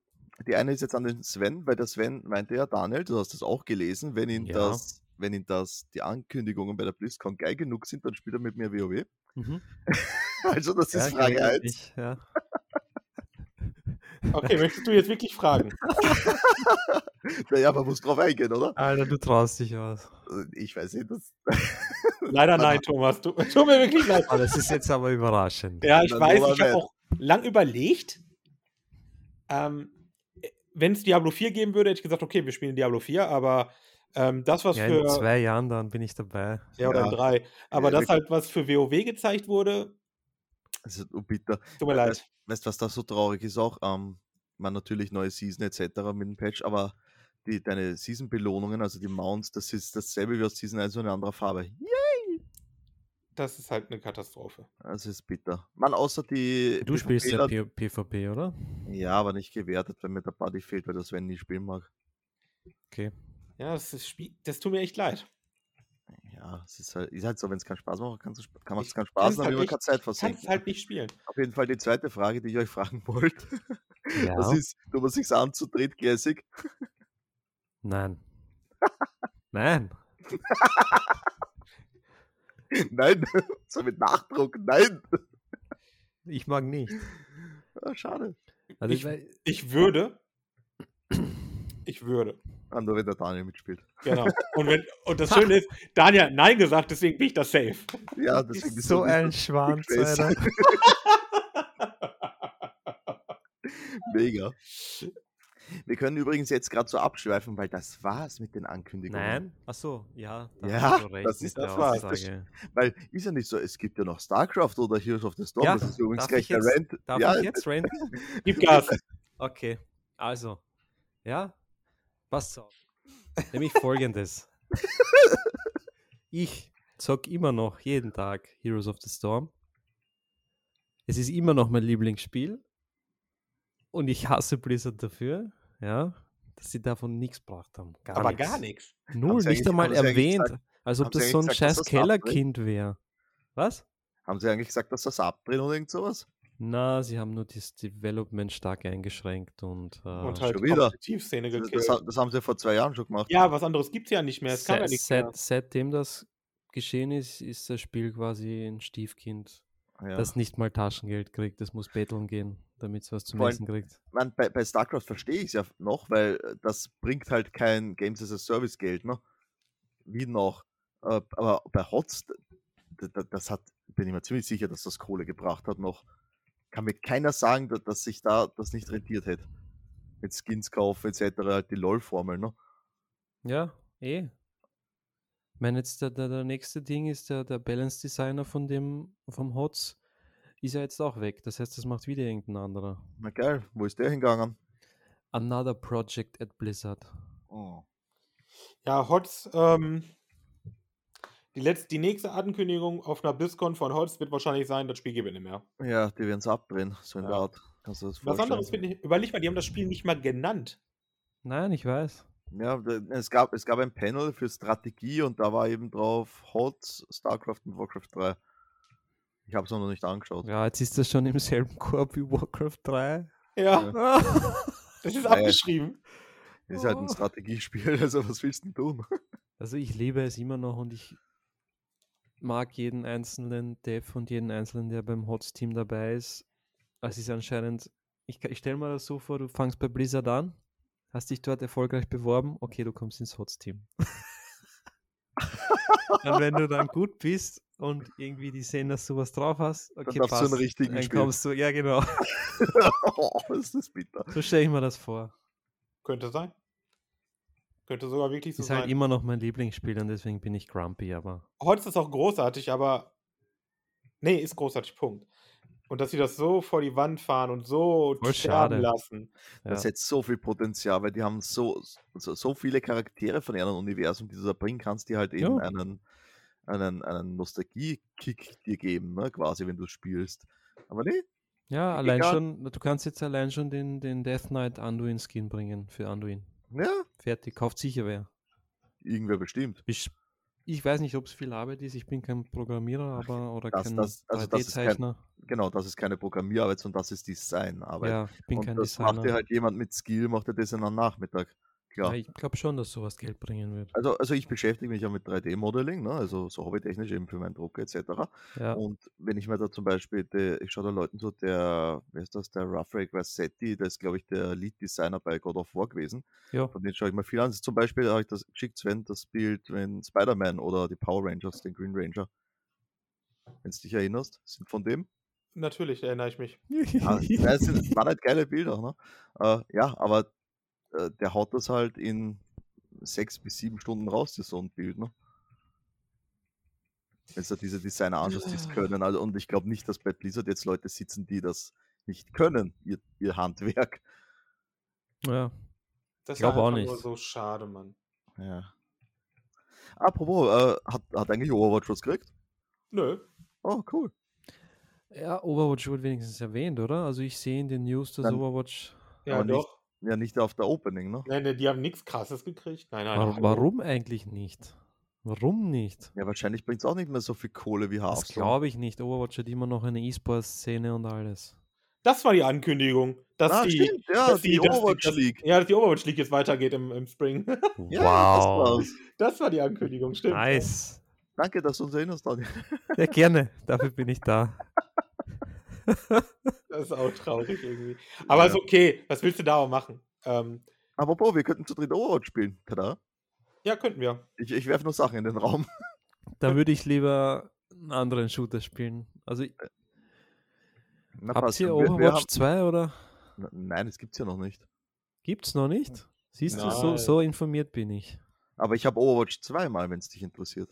Die eine ist jetzt an den Sven, weil der Sven meinte ja, Daniel, du hast das auch gelesen, wenn ihn
Ja.
das, wenn ihn das, die Ankündigungen bei der BlizzCon geil genug sind, dann spielt er mit mir WoW.
Mhm.
Also das
Ja,
ist
ich
Frage
erinnere
1.
mich, ja.
Okay, möchtest du jetzt wirklich fragen?
Naja, man muss drauf eingehen, oder? Also,
Alter, du traust dich was.
Ich weiß nicht, das
Leider nein, Thomas. Du, tut mir wirklich leid.
Aber das ist jetzt aber überraschend.
Ja, ich
Dann
weiß,
lieber
ich habe
nicht.
auch lang überlegt. Ähm, Wenn es Diablo 4 geben würde, hätte ich gesagt, okay, wir spielen Diablo 4, aber ähm, das, was
Ja,
für
in zwei Jahren dann bin ich dabei.
ja, oder in
Ja.
drei, aber
Ja,
das halt, was für WoW gezeigt wurde,
das ist so bitter.
tut mir
Ja,
leid.
Weißt du, was da so traurig ist auch? Ähm, man natürlich neue Season etc. mit dem Patch, aber die, deine Season-Belohnungen, also die Mounts, das ist dasselbe wie aus Season 1 nur in anderer Farbe. Ja,
Das ist halt eine Katastrophe.
das ist bitter. Man, außer die.
Du spielst ja
PvPler
P PvP, oder?
Ja, aber nicht gewertet, weil mir der Buddy fehlt, weil das Sven nie spielen mag.
Okay.
Ja, das, ist, Spiel- das tut mir echt leid.
Ja, es ist halt, ist halt so, wenn es keinen Spaß macht, kann's, kann man es
Ich
keinen
kann's
Spaß haben,
halt
aber man
nicht-
kann Zeit
Kannst
versenken.
halt nicht spielen.
Auf jeden Fall die zweite Frage, die ich euch fragen wollte.
Ja.
Das ist, du musst dich anzutreten, Classic.
Nein. Nein.
Nein, so mit Nachdruck, nein.
Ich mag nicht.
Ah, schade.
Also
Ich-
ich, wei-
Ich würde. Ich würde.
Ah, nur wenn der Daniel mitspielt.
Genau. Und, wenn, und das Schöne ist, Daniel hat Nein gesagt, deswegen bin ich das safe.
Ja, deswegen
ist so
es
ein Schwanz,
Face.
Alter.
mega. Wir können übrigens jetzt gerade so abschweifen, weil das war's mit den Ankündigungen.
Nein. Ach so, ja. da
Ja,
hast du recht
das
mit
ist-
der
das war's.
Aussage.
Weil ist ja nicht so, es gibt ja noch StarCraft oder Heroes of the Storm.
Ja,
das ist übrigens
darf
gleich
ich
der
jetzt-
Rant.
Darf
ja,
ich jetzt ranten?
Gib Gas.
Okay, also, ja, passt auf. Nämlich folgendes. Ich zock immer noch jeden Tag Heroes of the Storm. Es ist immer noch mein Lieblingsspiel. Und ich hasse Blizzard dafür, ja, dass sie davon nichts gebracht haben. Gar
aber
nichts.
gar nichts.
Null,
Haben sie
nicht
eigentlich-
einmal
haben sie eigentlich
erwähnt. als ob
haben sie
das so ein
eigentlich gesagt, dass
scheiß
das abbricht?
Kellerkind wäre. Was?
Haben sie eigentlich gesagt, dass das abdrehen oder irgend sowas?
Na, sie haben nur das Development stark eingeschränkt und, äh,
Und halt
Ah, schon wieder.
Kompetitivszene
Das,
gekillt.
Also das, ha- das haben sie vor zwei Jahren schon gemacht.
Ja, was anderes gibt es ja nicht mehr. Es kann ja
Se-
nichts
seit,
mehr.
Seitdem das geschehen ist, ist das Spiel quasi ein Stiefkind,
Ja.
das nicht mal Taschengeld kriegt. Das muss betteln gehen, damit es was zum
Vor allem-
Essen kriegt.
Man, bei, bei StarCraft verstehe ich es ja noch, weil äh, das bringt halt kein Games as a Service Geld, ne? Wie noch. Äh, Aber bei HOTS, d- d- das hat, bin ich mir ziemlich sicher, dass das Kohle gebracht hat noch. Kann mir keiner sagen, da- dass sich da das nicht rentiert hätte. Mit Skins kaufen etc., halt die LOL-Formel, ne?
Ja, eh. Ich meine, jetzt der, der, der nächste Ding ist der, der Balance Designer von dem, vom HOTS ist ja jetzt auch weg. Das heißt, das macht wieder irgendein anderer.
Na geil, wo ist der hingegangen?
Another Project at Blizzard.
Oh.
Ja, Hotz, ähm, die, letzte, die nächste Ankündigung auf einer BlizzCon von Hotz wird wahrscheinlich sein, das Spiel gibt es nicht mehr.
Ja, die werden es abdrehen, so in
Ja.
der Art. Kannst du das
Was
vorstellen?
anderes wird nicht. Überleg mal, die haben das Spiel nicht mal genannt.
Nein, ich weiß.
Ja, da- es gab, es gab ein Panel für Strategie und da war eben drauf HOTS, StarCraft und Warcraft 3. Ich habe es noch nicht angeschaut.
Ja, jetzt ist das schon im selben Korb wie Warcraft 3.
Ja,
Ja.
das ist
Ja, ja.
abgeschrieben.
Ist halt ein
Oh.
Strategiespiel, also was willst du tun?
Also ich liebe es immer noch und ich mag jeden einzelnen Dev und jeden einzelnen, der beim Hots-Team dabei ist. Es ist anscheinend, ich, ka- ich stelle mir das so vor, du fangst bei Blizzard an, hast dich dort erfolgreich beworben, okay, du kommst ins Hots-Team. und wenn du dann gut bist und irgendwie die sehen, dass du was drauf hast, okay,
darfst du einen
passt,
richtigen
dann
spielen.
kommst du, ja genau,
oh, ist das bitter.
so stelle ich mir das vor.
Könnte sein. Könnte sogar wirklich so
Ist halt
sein.
immer noch mein Lieblingsspiel und deswegen bin ich grumpy, aber
Holz ist auch großartig, aber. Nee, ist großartig, Punkt. Und dass sie das so vor die Wand fahren und so
Voll
sterben
schade.
lassen.
Das
ja.
hätte so viel Potenzial, weil die haben so, so, so viele Charaktere von ihrem Universum, die du da bringen kannst, die halt eben
Ja.
einen, einen, einen Nostalgie-Kick dir geben, ne, quasi, wenn du spielst. Aber nee,
Ja,
Wie
allein
egal.
schon, du kannst jetzt allein schon den, den Death Knight Anduin Skin bringen für Anduin.
ja,
Fertig, kauft sicher wer.
irgendwer bestimmt.
Ich, ich weiß nicht, ob es viel Arbeit ist, ich bin kein Programmierer aber, oder
das-
kein
das- also das ist kein
3D-Zeichner.
Genau, das ist keine Programmierarbeit, sondern das ist Designarbeit.
Ja, ich bin
und
kein
das macht dir
Designer.
halt jemand mit Skill, macht er das in einem Nachmittag. Klar.
Ja, ich glaube schon, dass sowas Geld bringen wird.
Also, also ich beschäftige mich ja mit 3D-Modeling, ne? also so hobbytechnisch eben für meinen Drucker etc.
Ja.
Und wenn ich mir da zum Beispiel, die, ich schaue da Leuten so, der, wer ist das, der Raffaele Grassetti, der ist glaube ich der Lead-Designer bei God of War gewesen.
ja.
Von denen schaue ich mir viel an. Zum Beispiel habe ich das geschickt, Sven, das Bild, wenn Spider-Man oder die Power Rangers, den Green Ranger, wenn du dich erinnerst, sind von dem.
Natürlich erinnere ich mich.
Ah, Ja, das sind, waren halt geile Bilder, ne? Äh, ja, aber äh, der haut das halt in sechs bis sieben Stunden raus, das so ein Bild, ne? Wenn du diese Designer anschaust, die es können. Also, und ich glaube nicht, dass bei Blizzard jetzt Leute sitzen, die das nicht können, ihr, ihr Handwerk.
ja.
Das
Glaub
war
auch
einfach
nicht.
nur so schade, Mann.
Ja. Apropos, äh, hat, hat eigentlich Overwatch was gekriegt?
Nö.
Oh, cool.
Ja, Overwatch wurde wenigstens erwähnt, oder? Also ich sehe in den News, dass
Dann-
Overwatch.
Ja,
Aber nicht-
doch.
Ja, nicht auf der Opening, ne?
Nein, nein, die haben nichts krasses gekriegt. Nein, nein.
Wa-
hallo.
Warum eigentlich nicht? Warum nicht?
Ja, wahrscheinlich bringt es auch nicht mehr so viel Kohle wie
Das
Hearthstone.
glaube ich nicht. Overwatch hat immer noch eine E-Sport-Szene und alles.
Das war die Ankündigung, dass
Ah,
die,
stimmt, ja,
dass
die
dass
Overwatch
dass,
League.
Ja, dass die Overwatch League jetzt weitergeht im, im Spring.
Ja, das war's.
das war die
Hm,
Ankündigung, stimmt.
Nice.
Danke, dass du uns erinnerst, Daniel.
Ja, gerne. Dafür bin ich da.
Das ist auch traurig irgendwie. Aber ist okay. Was willst du da auch machen? Ähm,
Apropos, wir könnten zu dritt Overwatch spielen. Tada.
ja, könnten wir.
Ich, ich werfe nur Sachen in den Raum.
Da würde ich lieber einen anderen Shooter spielen. Also
Na,
habt
passt
ihr
schon. Wir- wir
Overwatch 2 oder
haben- N- Nein, das gibt's ja noch nicht.
gibt's noch nicht? Siehst du, so,
Nein.
so informiert bin ich.
Aber ich habe Overwatch zweimal, wenn es dich interessiert.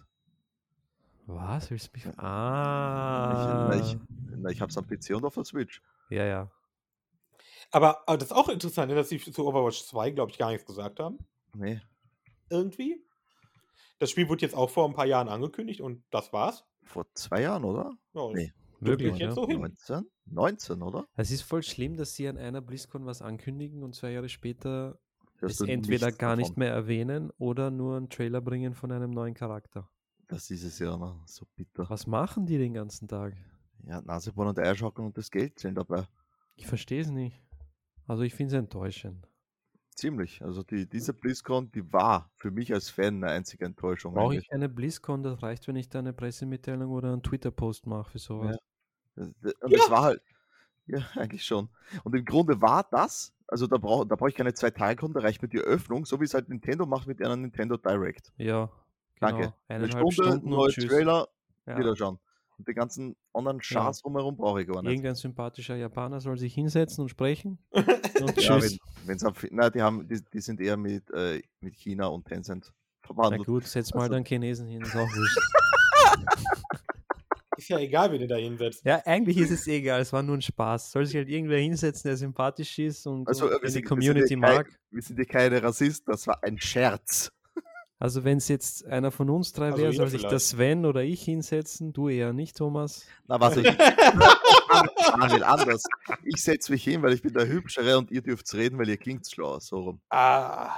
Was? Willst du mich? Ah.
Ich, na, ich hab's am PC und auf der Switch.
Ja, ja.
Aber, aber das ist auch interessant, ne, dass sie zu Overwatch 2, glaube ich, gar nichts gesagt haben.
Nee.
Irgendwie. Das Spiel wurde jetzt auch vor ein paar Jahren angekündigt und das war's.
Vor zwei Jahren, oder?
Ja, das-
Nee.
Wirklich, ne?
jetzt
ja.
so hin.
19? 19, oder?
Es ist voll schlimm, dass sie an einer BlizzCon was ankündigen und zwei Jahre später
Hörst
es
du
entweder
nichts
gar nicht
davon.
mehr erwähnen oder nur einen Trailer bringen von einem neuen Charakter.
Das ist es ja, ne? So bitter.
Was machen die den ganzen Tag?
Ja, Nasebohren und Eierschaukeln und das Geld sind dabei.
Ich verstehe es nicht. Also ich finde es enttäuschend.
Ziemlich. Also die, diese BlizzCon, die war für mich als Fan eine einzige Enttäuschung.
Brauche
eigentlich.
ich eine BlizzCon? Das reicht, wenn ich da eine Pressemitteilung oder einen Twitter-Post mache für sowas.
Das- das- Und es war halt, ja, eigentlich schon. Und im Grunde war das, also da brauche da brauch ich keine zwei Tage kommen, da reicht mir die Öffnung, so wie es halt Nintendo macht mit einer Nintendo Direct.
Ja, genau.
Danke. Eine
Eineinhalb
Stunde,
Stunden und
neuer
tschüss.
Trailer,
Ja.
wieder schauen. Und den ganzen anderen Schatz drumherum brauche ich gar nicht.
Irgendein sympathischer Japaner soll sich hinsetzen und sprechen. Und
Ja,
tschüss.
wenn- wenn's am, Fi- na, die, haben, die, die sind eher mit, äh, mit China und Tencent
Na
verwandelt.
gut, setz mal
Also-
dann Chinesen hin, ist auch wurscht.
Ist ja egal, wen du da hinsetzt.
Ja, eigentlich ist es egal, es war nur ein Spaß. Soll sich halt irgendwer hinsetzen, der sympathisch ist und,
Also, äh,
und
wir
wenn
sind- wir
die
sind
Community
ja kein-
mag.
Wir sind ja keine Rassisten, das war ein Scherz.
Also wenn es jetzt einer von uns drei
Also
wäre,
ihr
soll sich der
vielleicht.
Sven oder ich hinsetzen, du eher nicht, Thomas.
Na, was ich. Daniel, anders. Ich setze mich hin, weil ich bin der Hübschere und ihr dürft reden, weil ihr klingt schlauer. So rum.
Ah,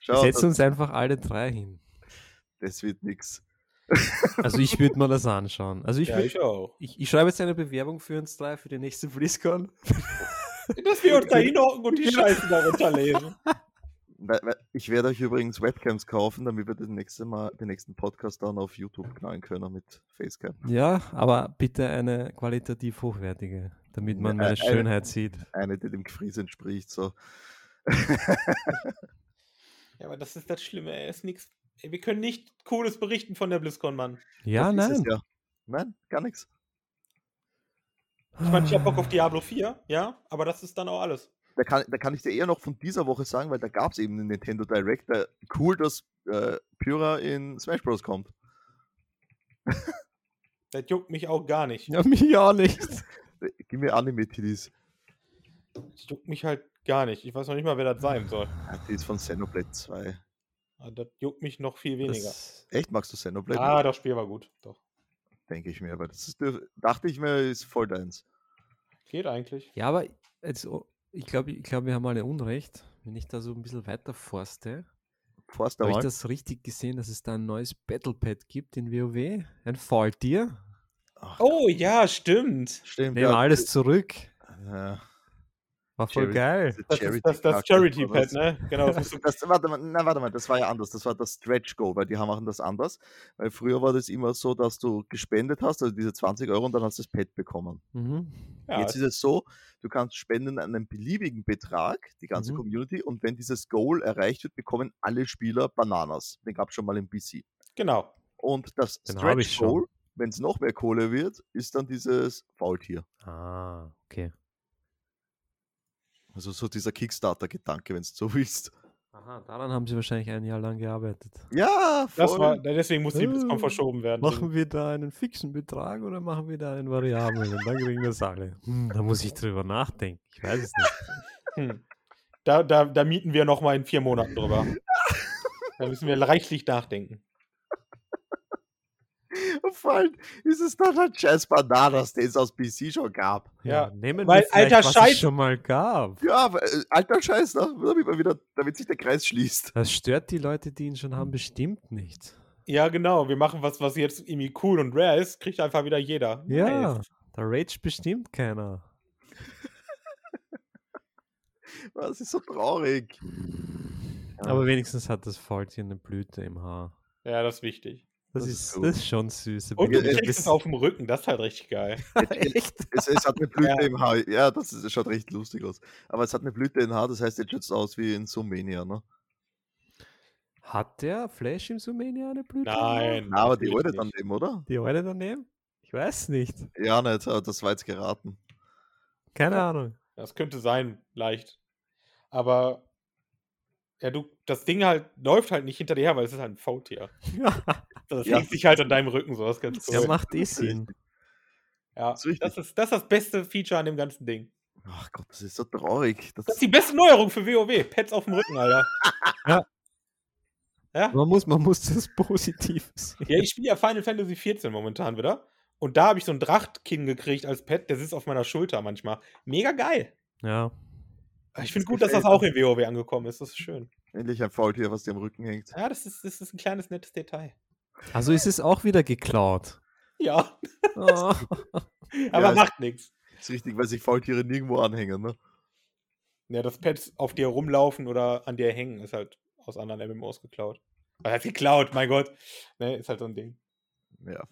Schau,
Setz
das,
uns einfach alle drei hin.
das wird nix.
Also ich würde mir das anschauen. Also ich,
ja,
würd-
ich auch.
ich, ich schreibe jetzt eine Bewerbung für uns drei für die nächste BlizzCon.
Dass wir uns da hinhocken und die Scheiße darunter lesen.
Weil- weil- Ich werde euch übrigens Webcams kaufen, damit wir das nächste Mal den nächsten Podcast dann auf YouTube knallen können mit Facecam.
Ja, aber bitte eine qualitativ hochwertige, damit man
Ja,
meine
eine-
Schönheit sieht.
Eine, die dem Gefries entspricht. So.
Ja, aber das ist das Schlimme, ey. Ist nix. Ey, wir können nicht Cooles berichten von der BlizzCon, Mann.
Ja,
Das ist es
nein.
Ja. Nein, gar nichts.
Ich meine, ich hab Bock auf Diablo 4, ja, aber das ist dann auch alles.
Da kann, da kann ich dir eher noch von dieser Woche sagen, weil da gab es eben den Nintendo Direct. Da, cool, dass äh, Pyra in Smash Bros. kommt.
Das juckt mich auch gar nicht.
Ja, mich auch nicht.
Äh, Gib mir Anime-Tiddies.
Das juckt mich halt gar nicht. Ich weiß noch nicht mal, wer das sein soll.
Ah, Die ist von Xenoblade 2.
Aber Das juckt mich noch viel weniger.
Das,
Echt, magst du Xenoblade?
Ah, das Spiel war gut. Doch.
denke ich mir. Aber das ist, dür- dachte ich mir, ist voll deins.
Geht eigentlich.
ja, aber jetzt, oh, ich glaube, ich glaub, wir haben alle Unrecht, wenn ich da so ein bisschen weiter forste.
Forster
Habe ich
mal.
das richtig gesehen, dass es da ein neues Battle Pad gibt in WoW? Ein Faultier?
Ach,
Oh ja, stimmt.
stimmt. Äh,
Nehmen alles zurück.
Ja.
War voll
Charity-
geil.
Das ist das, das
Knacker,
Charity
oder
Pad,
was?
ne? Genau. Das musst du,
Das, warte, mal, na, warte mal, das war ja anders. Das war das Stretch Goal, weil die haben- machen das anders. Weil früher war das immer so, dass du gespendet hast, also diese 20 Euro und dann hast du das Pad bekommen.
Mhm.
ja,
Jetzt ist es so, du kannst spenden einen beliebigen Betrag, die ganze
Mhm.
Community, und wenn dieses Goal erreicht wird, bekommen alle Spieler Bananas. Den gab es schon mal im BC.
genau.
Und das
Den hab ich
Stretch
schon.
Goal, wenn es noch mehr Kohle wird, ist dann dieses Faultier.
Ah, okay.
Also so dieser Kickstarter-Gedanke, wenn du so willst.
Aha, daran haben sie wahrscheinlich ein Jahr lang gearbeitet.
Ja, voll. Hm.
Das war, deswegen muss die BlizzCon
Äh,
verschoben werden.
Machen wir da einen fixen Betrag oder machen wir da einen variablen? Und dann kriegen wir es alle. Hm, da muss ich drüber nachdenken. Ich weiß es nicht.
Hm. Da, da, da mieten wir noch mal in vier Monaten drüber. da müssen wir reichlich nachdenken.
Vor allem ist es dann halt scheiß Bananas, den es aus PC schon gab.
Ja,
nehmen
weil,
wir vielleicht,
alter
was
Scheiß-
es schon mal gab.
Ja, aber, äh, alter Scheiß, ne? damit, man wieder, damit sich der Kreis schließt.
Das stört die Leute, die ihn schon haben, bestimmt nicht.
Ja, genau. Wir machen was, was jetzt irgendwie cool und rare ist, kriegt einfach wieder jeder.
Ja,
Nice.
da rage bestimmt keiner.
Das ist so traurig. Ja.
Aber wenigstens hat das Faultier eine Blüte im Haar.
Ja, das ist wichtig.
Das,
Das ist
ist,
gut.
das ist schon süß.
Und du
Ja,
kriegst
das-
es auf dem Rücken, das ist halt richtig geil.
Echt?
Es, es hat eine Blüte
Ja.
im Haar. Ja, das, ist, das schaut recht lustig aus. Aber es hat eine Blüte im Haar, das heißt, jetzt schaut es aus wie in Sumania, ne?
Hat der Flash im Sumania eine Blüte? im Haar?
Nein.
Na, aber die
natürlich
alte
nicht.
dann eben, oder?
Die eine daneben? Ich weiß nicht.
Ja, nicht, aber das war jetzt geraten.
Keine
Ja.
Ahnung.
Das könnte sein, leicht. Aber ja, du, das Ding halt läuft halt nicht hinter dir her, weil es ist halt ein Faultier. Das
Ja.
hängt sich halt an deinem Rücken, so das ist ganz
Der
cool.
macht eh Sinn.
Ja,
ist richtig.
das, ist, das ist das beste Feature an dem ganzen Ding.
Ach Gott, das ist so traurig. Das,
Das ist die beste Neuerung für WoW. Pets auf dem Rücken, Alter.
Ja.
Ja,
Man muss, man muss das positiv sehen.
ja ich spiele ja Final Fantasy 14 momentan wieder. Und da habe ich so einen Drachtkin gekriegt als Pet, der sitzt auf meiner Schulter manchmal. Mega geil.
Ja.
Ich
Das
finde gut, dass das
gefällt
auch in WoW angekommen ist. Das ist schön.
endlich ein Faultier, was dir am Rücken hängt.
Ja, das ist, das ist ein kleines nettes Detail.
Also ist es auch wieder geklaut.
Ja,
Oh.
aber
es-
macht nichts.
Ist richtig, weil sich Faultiere nirgendwo anhängen, ne?
Ja, dass Pets auf dir rumlaufen oder an dir hängen, ist halt aus anderen MMOs geklaut. Was heißt geklaut? Mein Gott. Ne, ist halt so ein Ding.
Ja.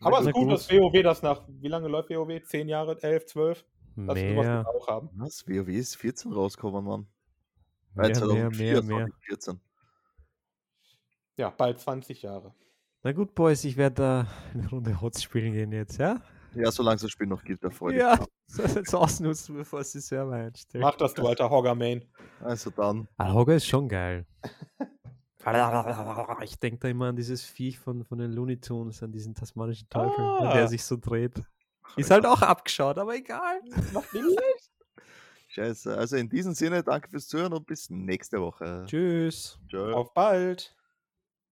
Aber es
Na
ist gut,
gut.
dass WoW das nach, wie lange läuft WoW? Zehn Jahre, elf, zwölf? Dass wir sowas
Mehr,
jetzt auch haben.
Was? WoW ist 14 rausgekommen, Mann. Nein,
mehr, mehr,
2004,
mehr, mehr.
2014.
Ja, bald 20 Jahre.
Na gut, Boys, ich werde da eine Runde Hotz spielen gehen jetzt, ja?
Ja, solange es das Spiel noch gibt, da
Oh,
freue ich mich.
Ja, das jetzt ausnutzen, bevor es die Server einstellen.
Mach das, du alter Hogger-Main.
Also dann.
Ah, Hogger ist schon geil. Ich denke da immer an dieses Viech von, von den Looney Tunes, an diesen tasmanischen Teufel,
Ah.
der sich so dreht. Ist halt auch abgeschaut, aber egal.
Macht nichts.
Scheiße. Also in diesem Sinne, danke fürs Zuhören und bis nächste Woche.
Tschüss.
Tschö.
Auf bald.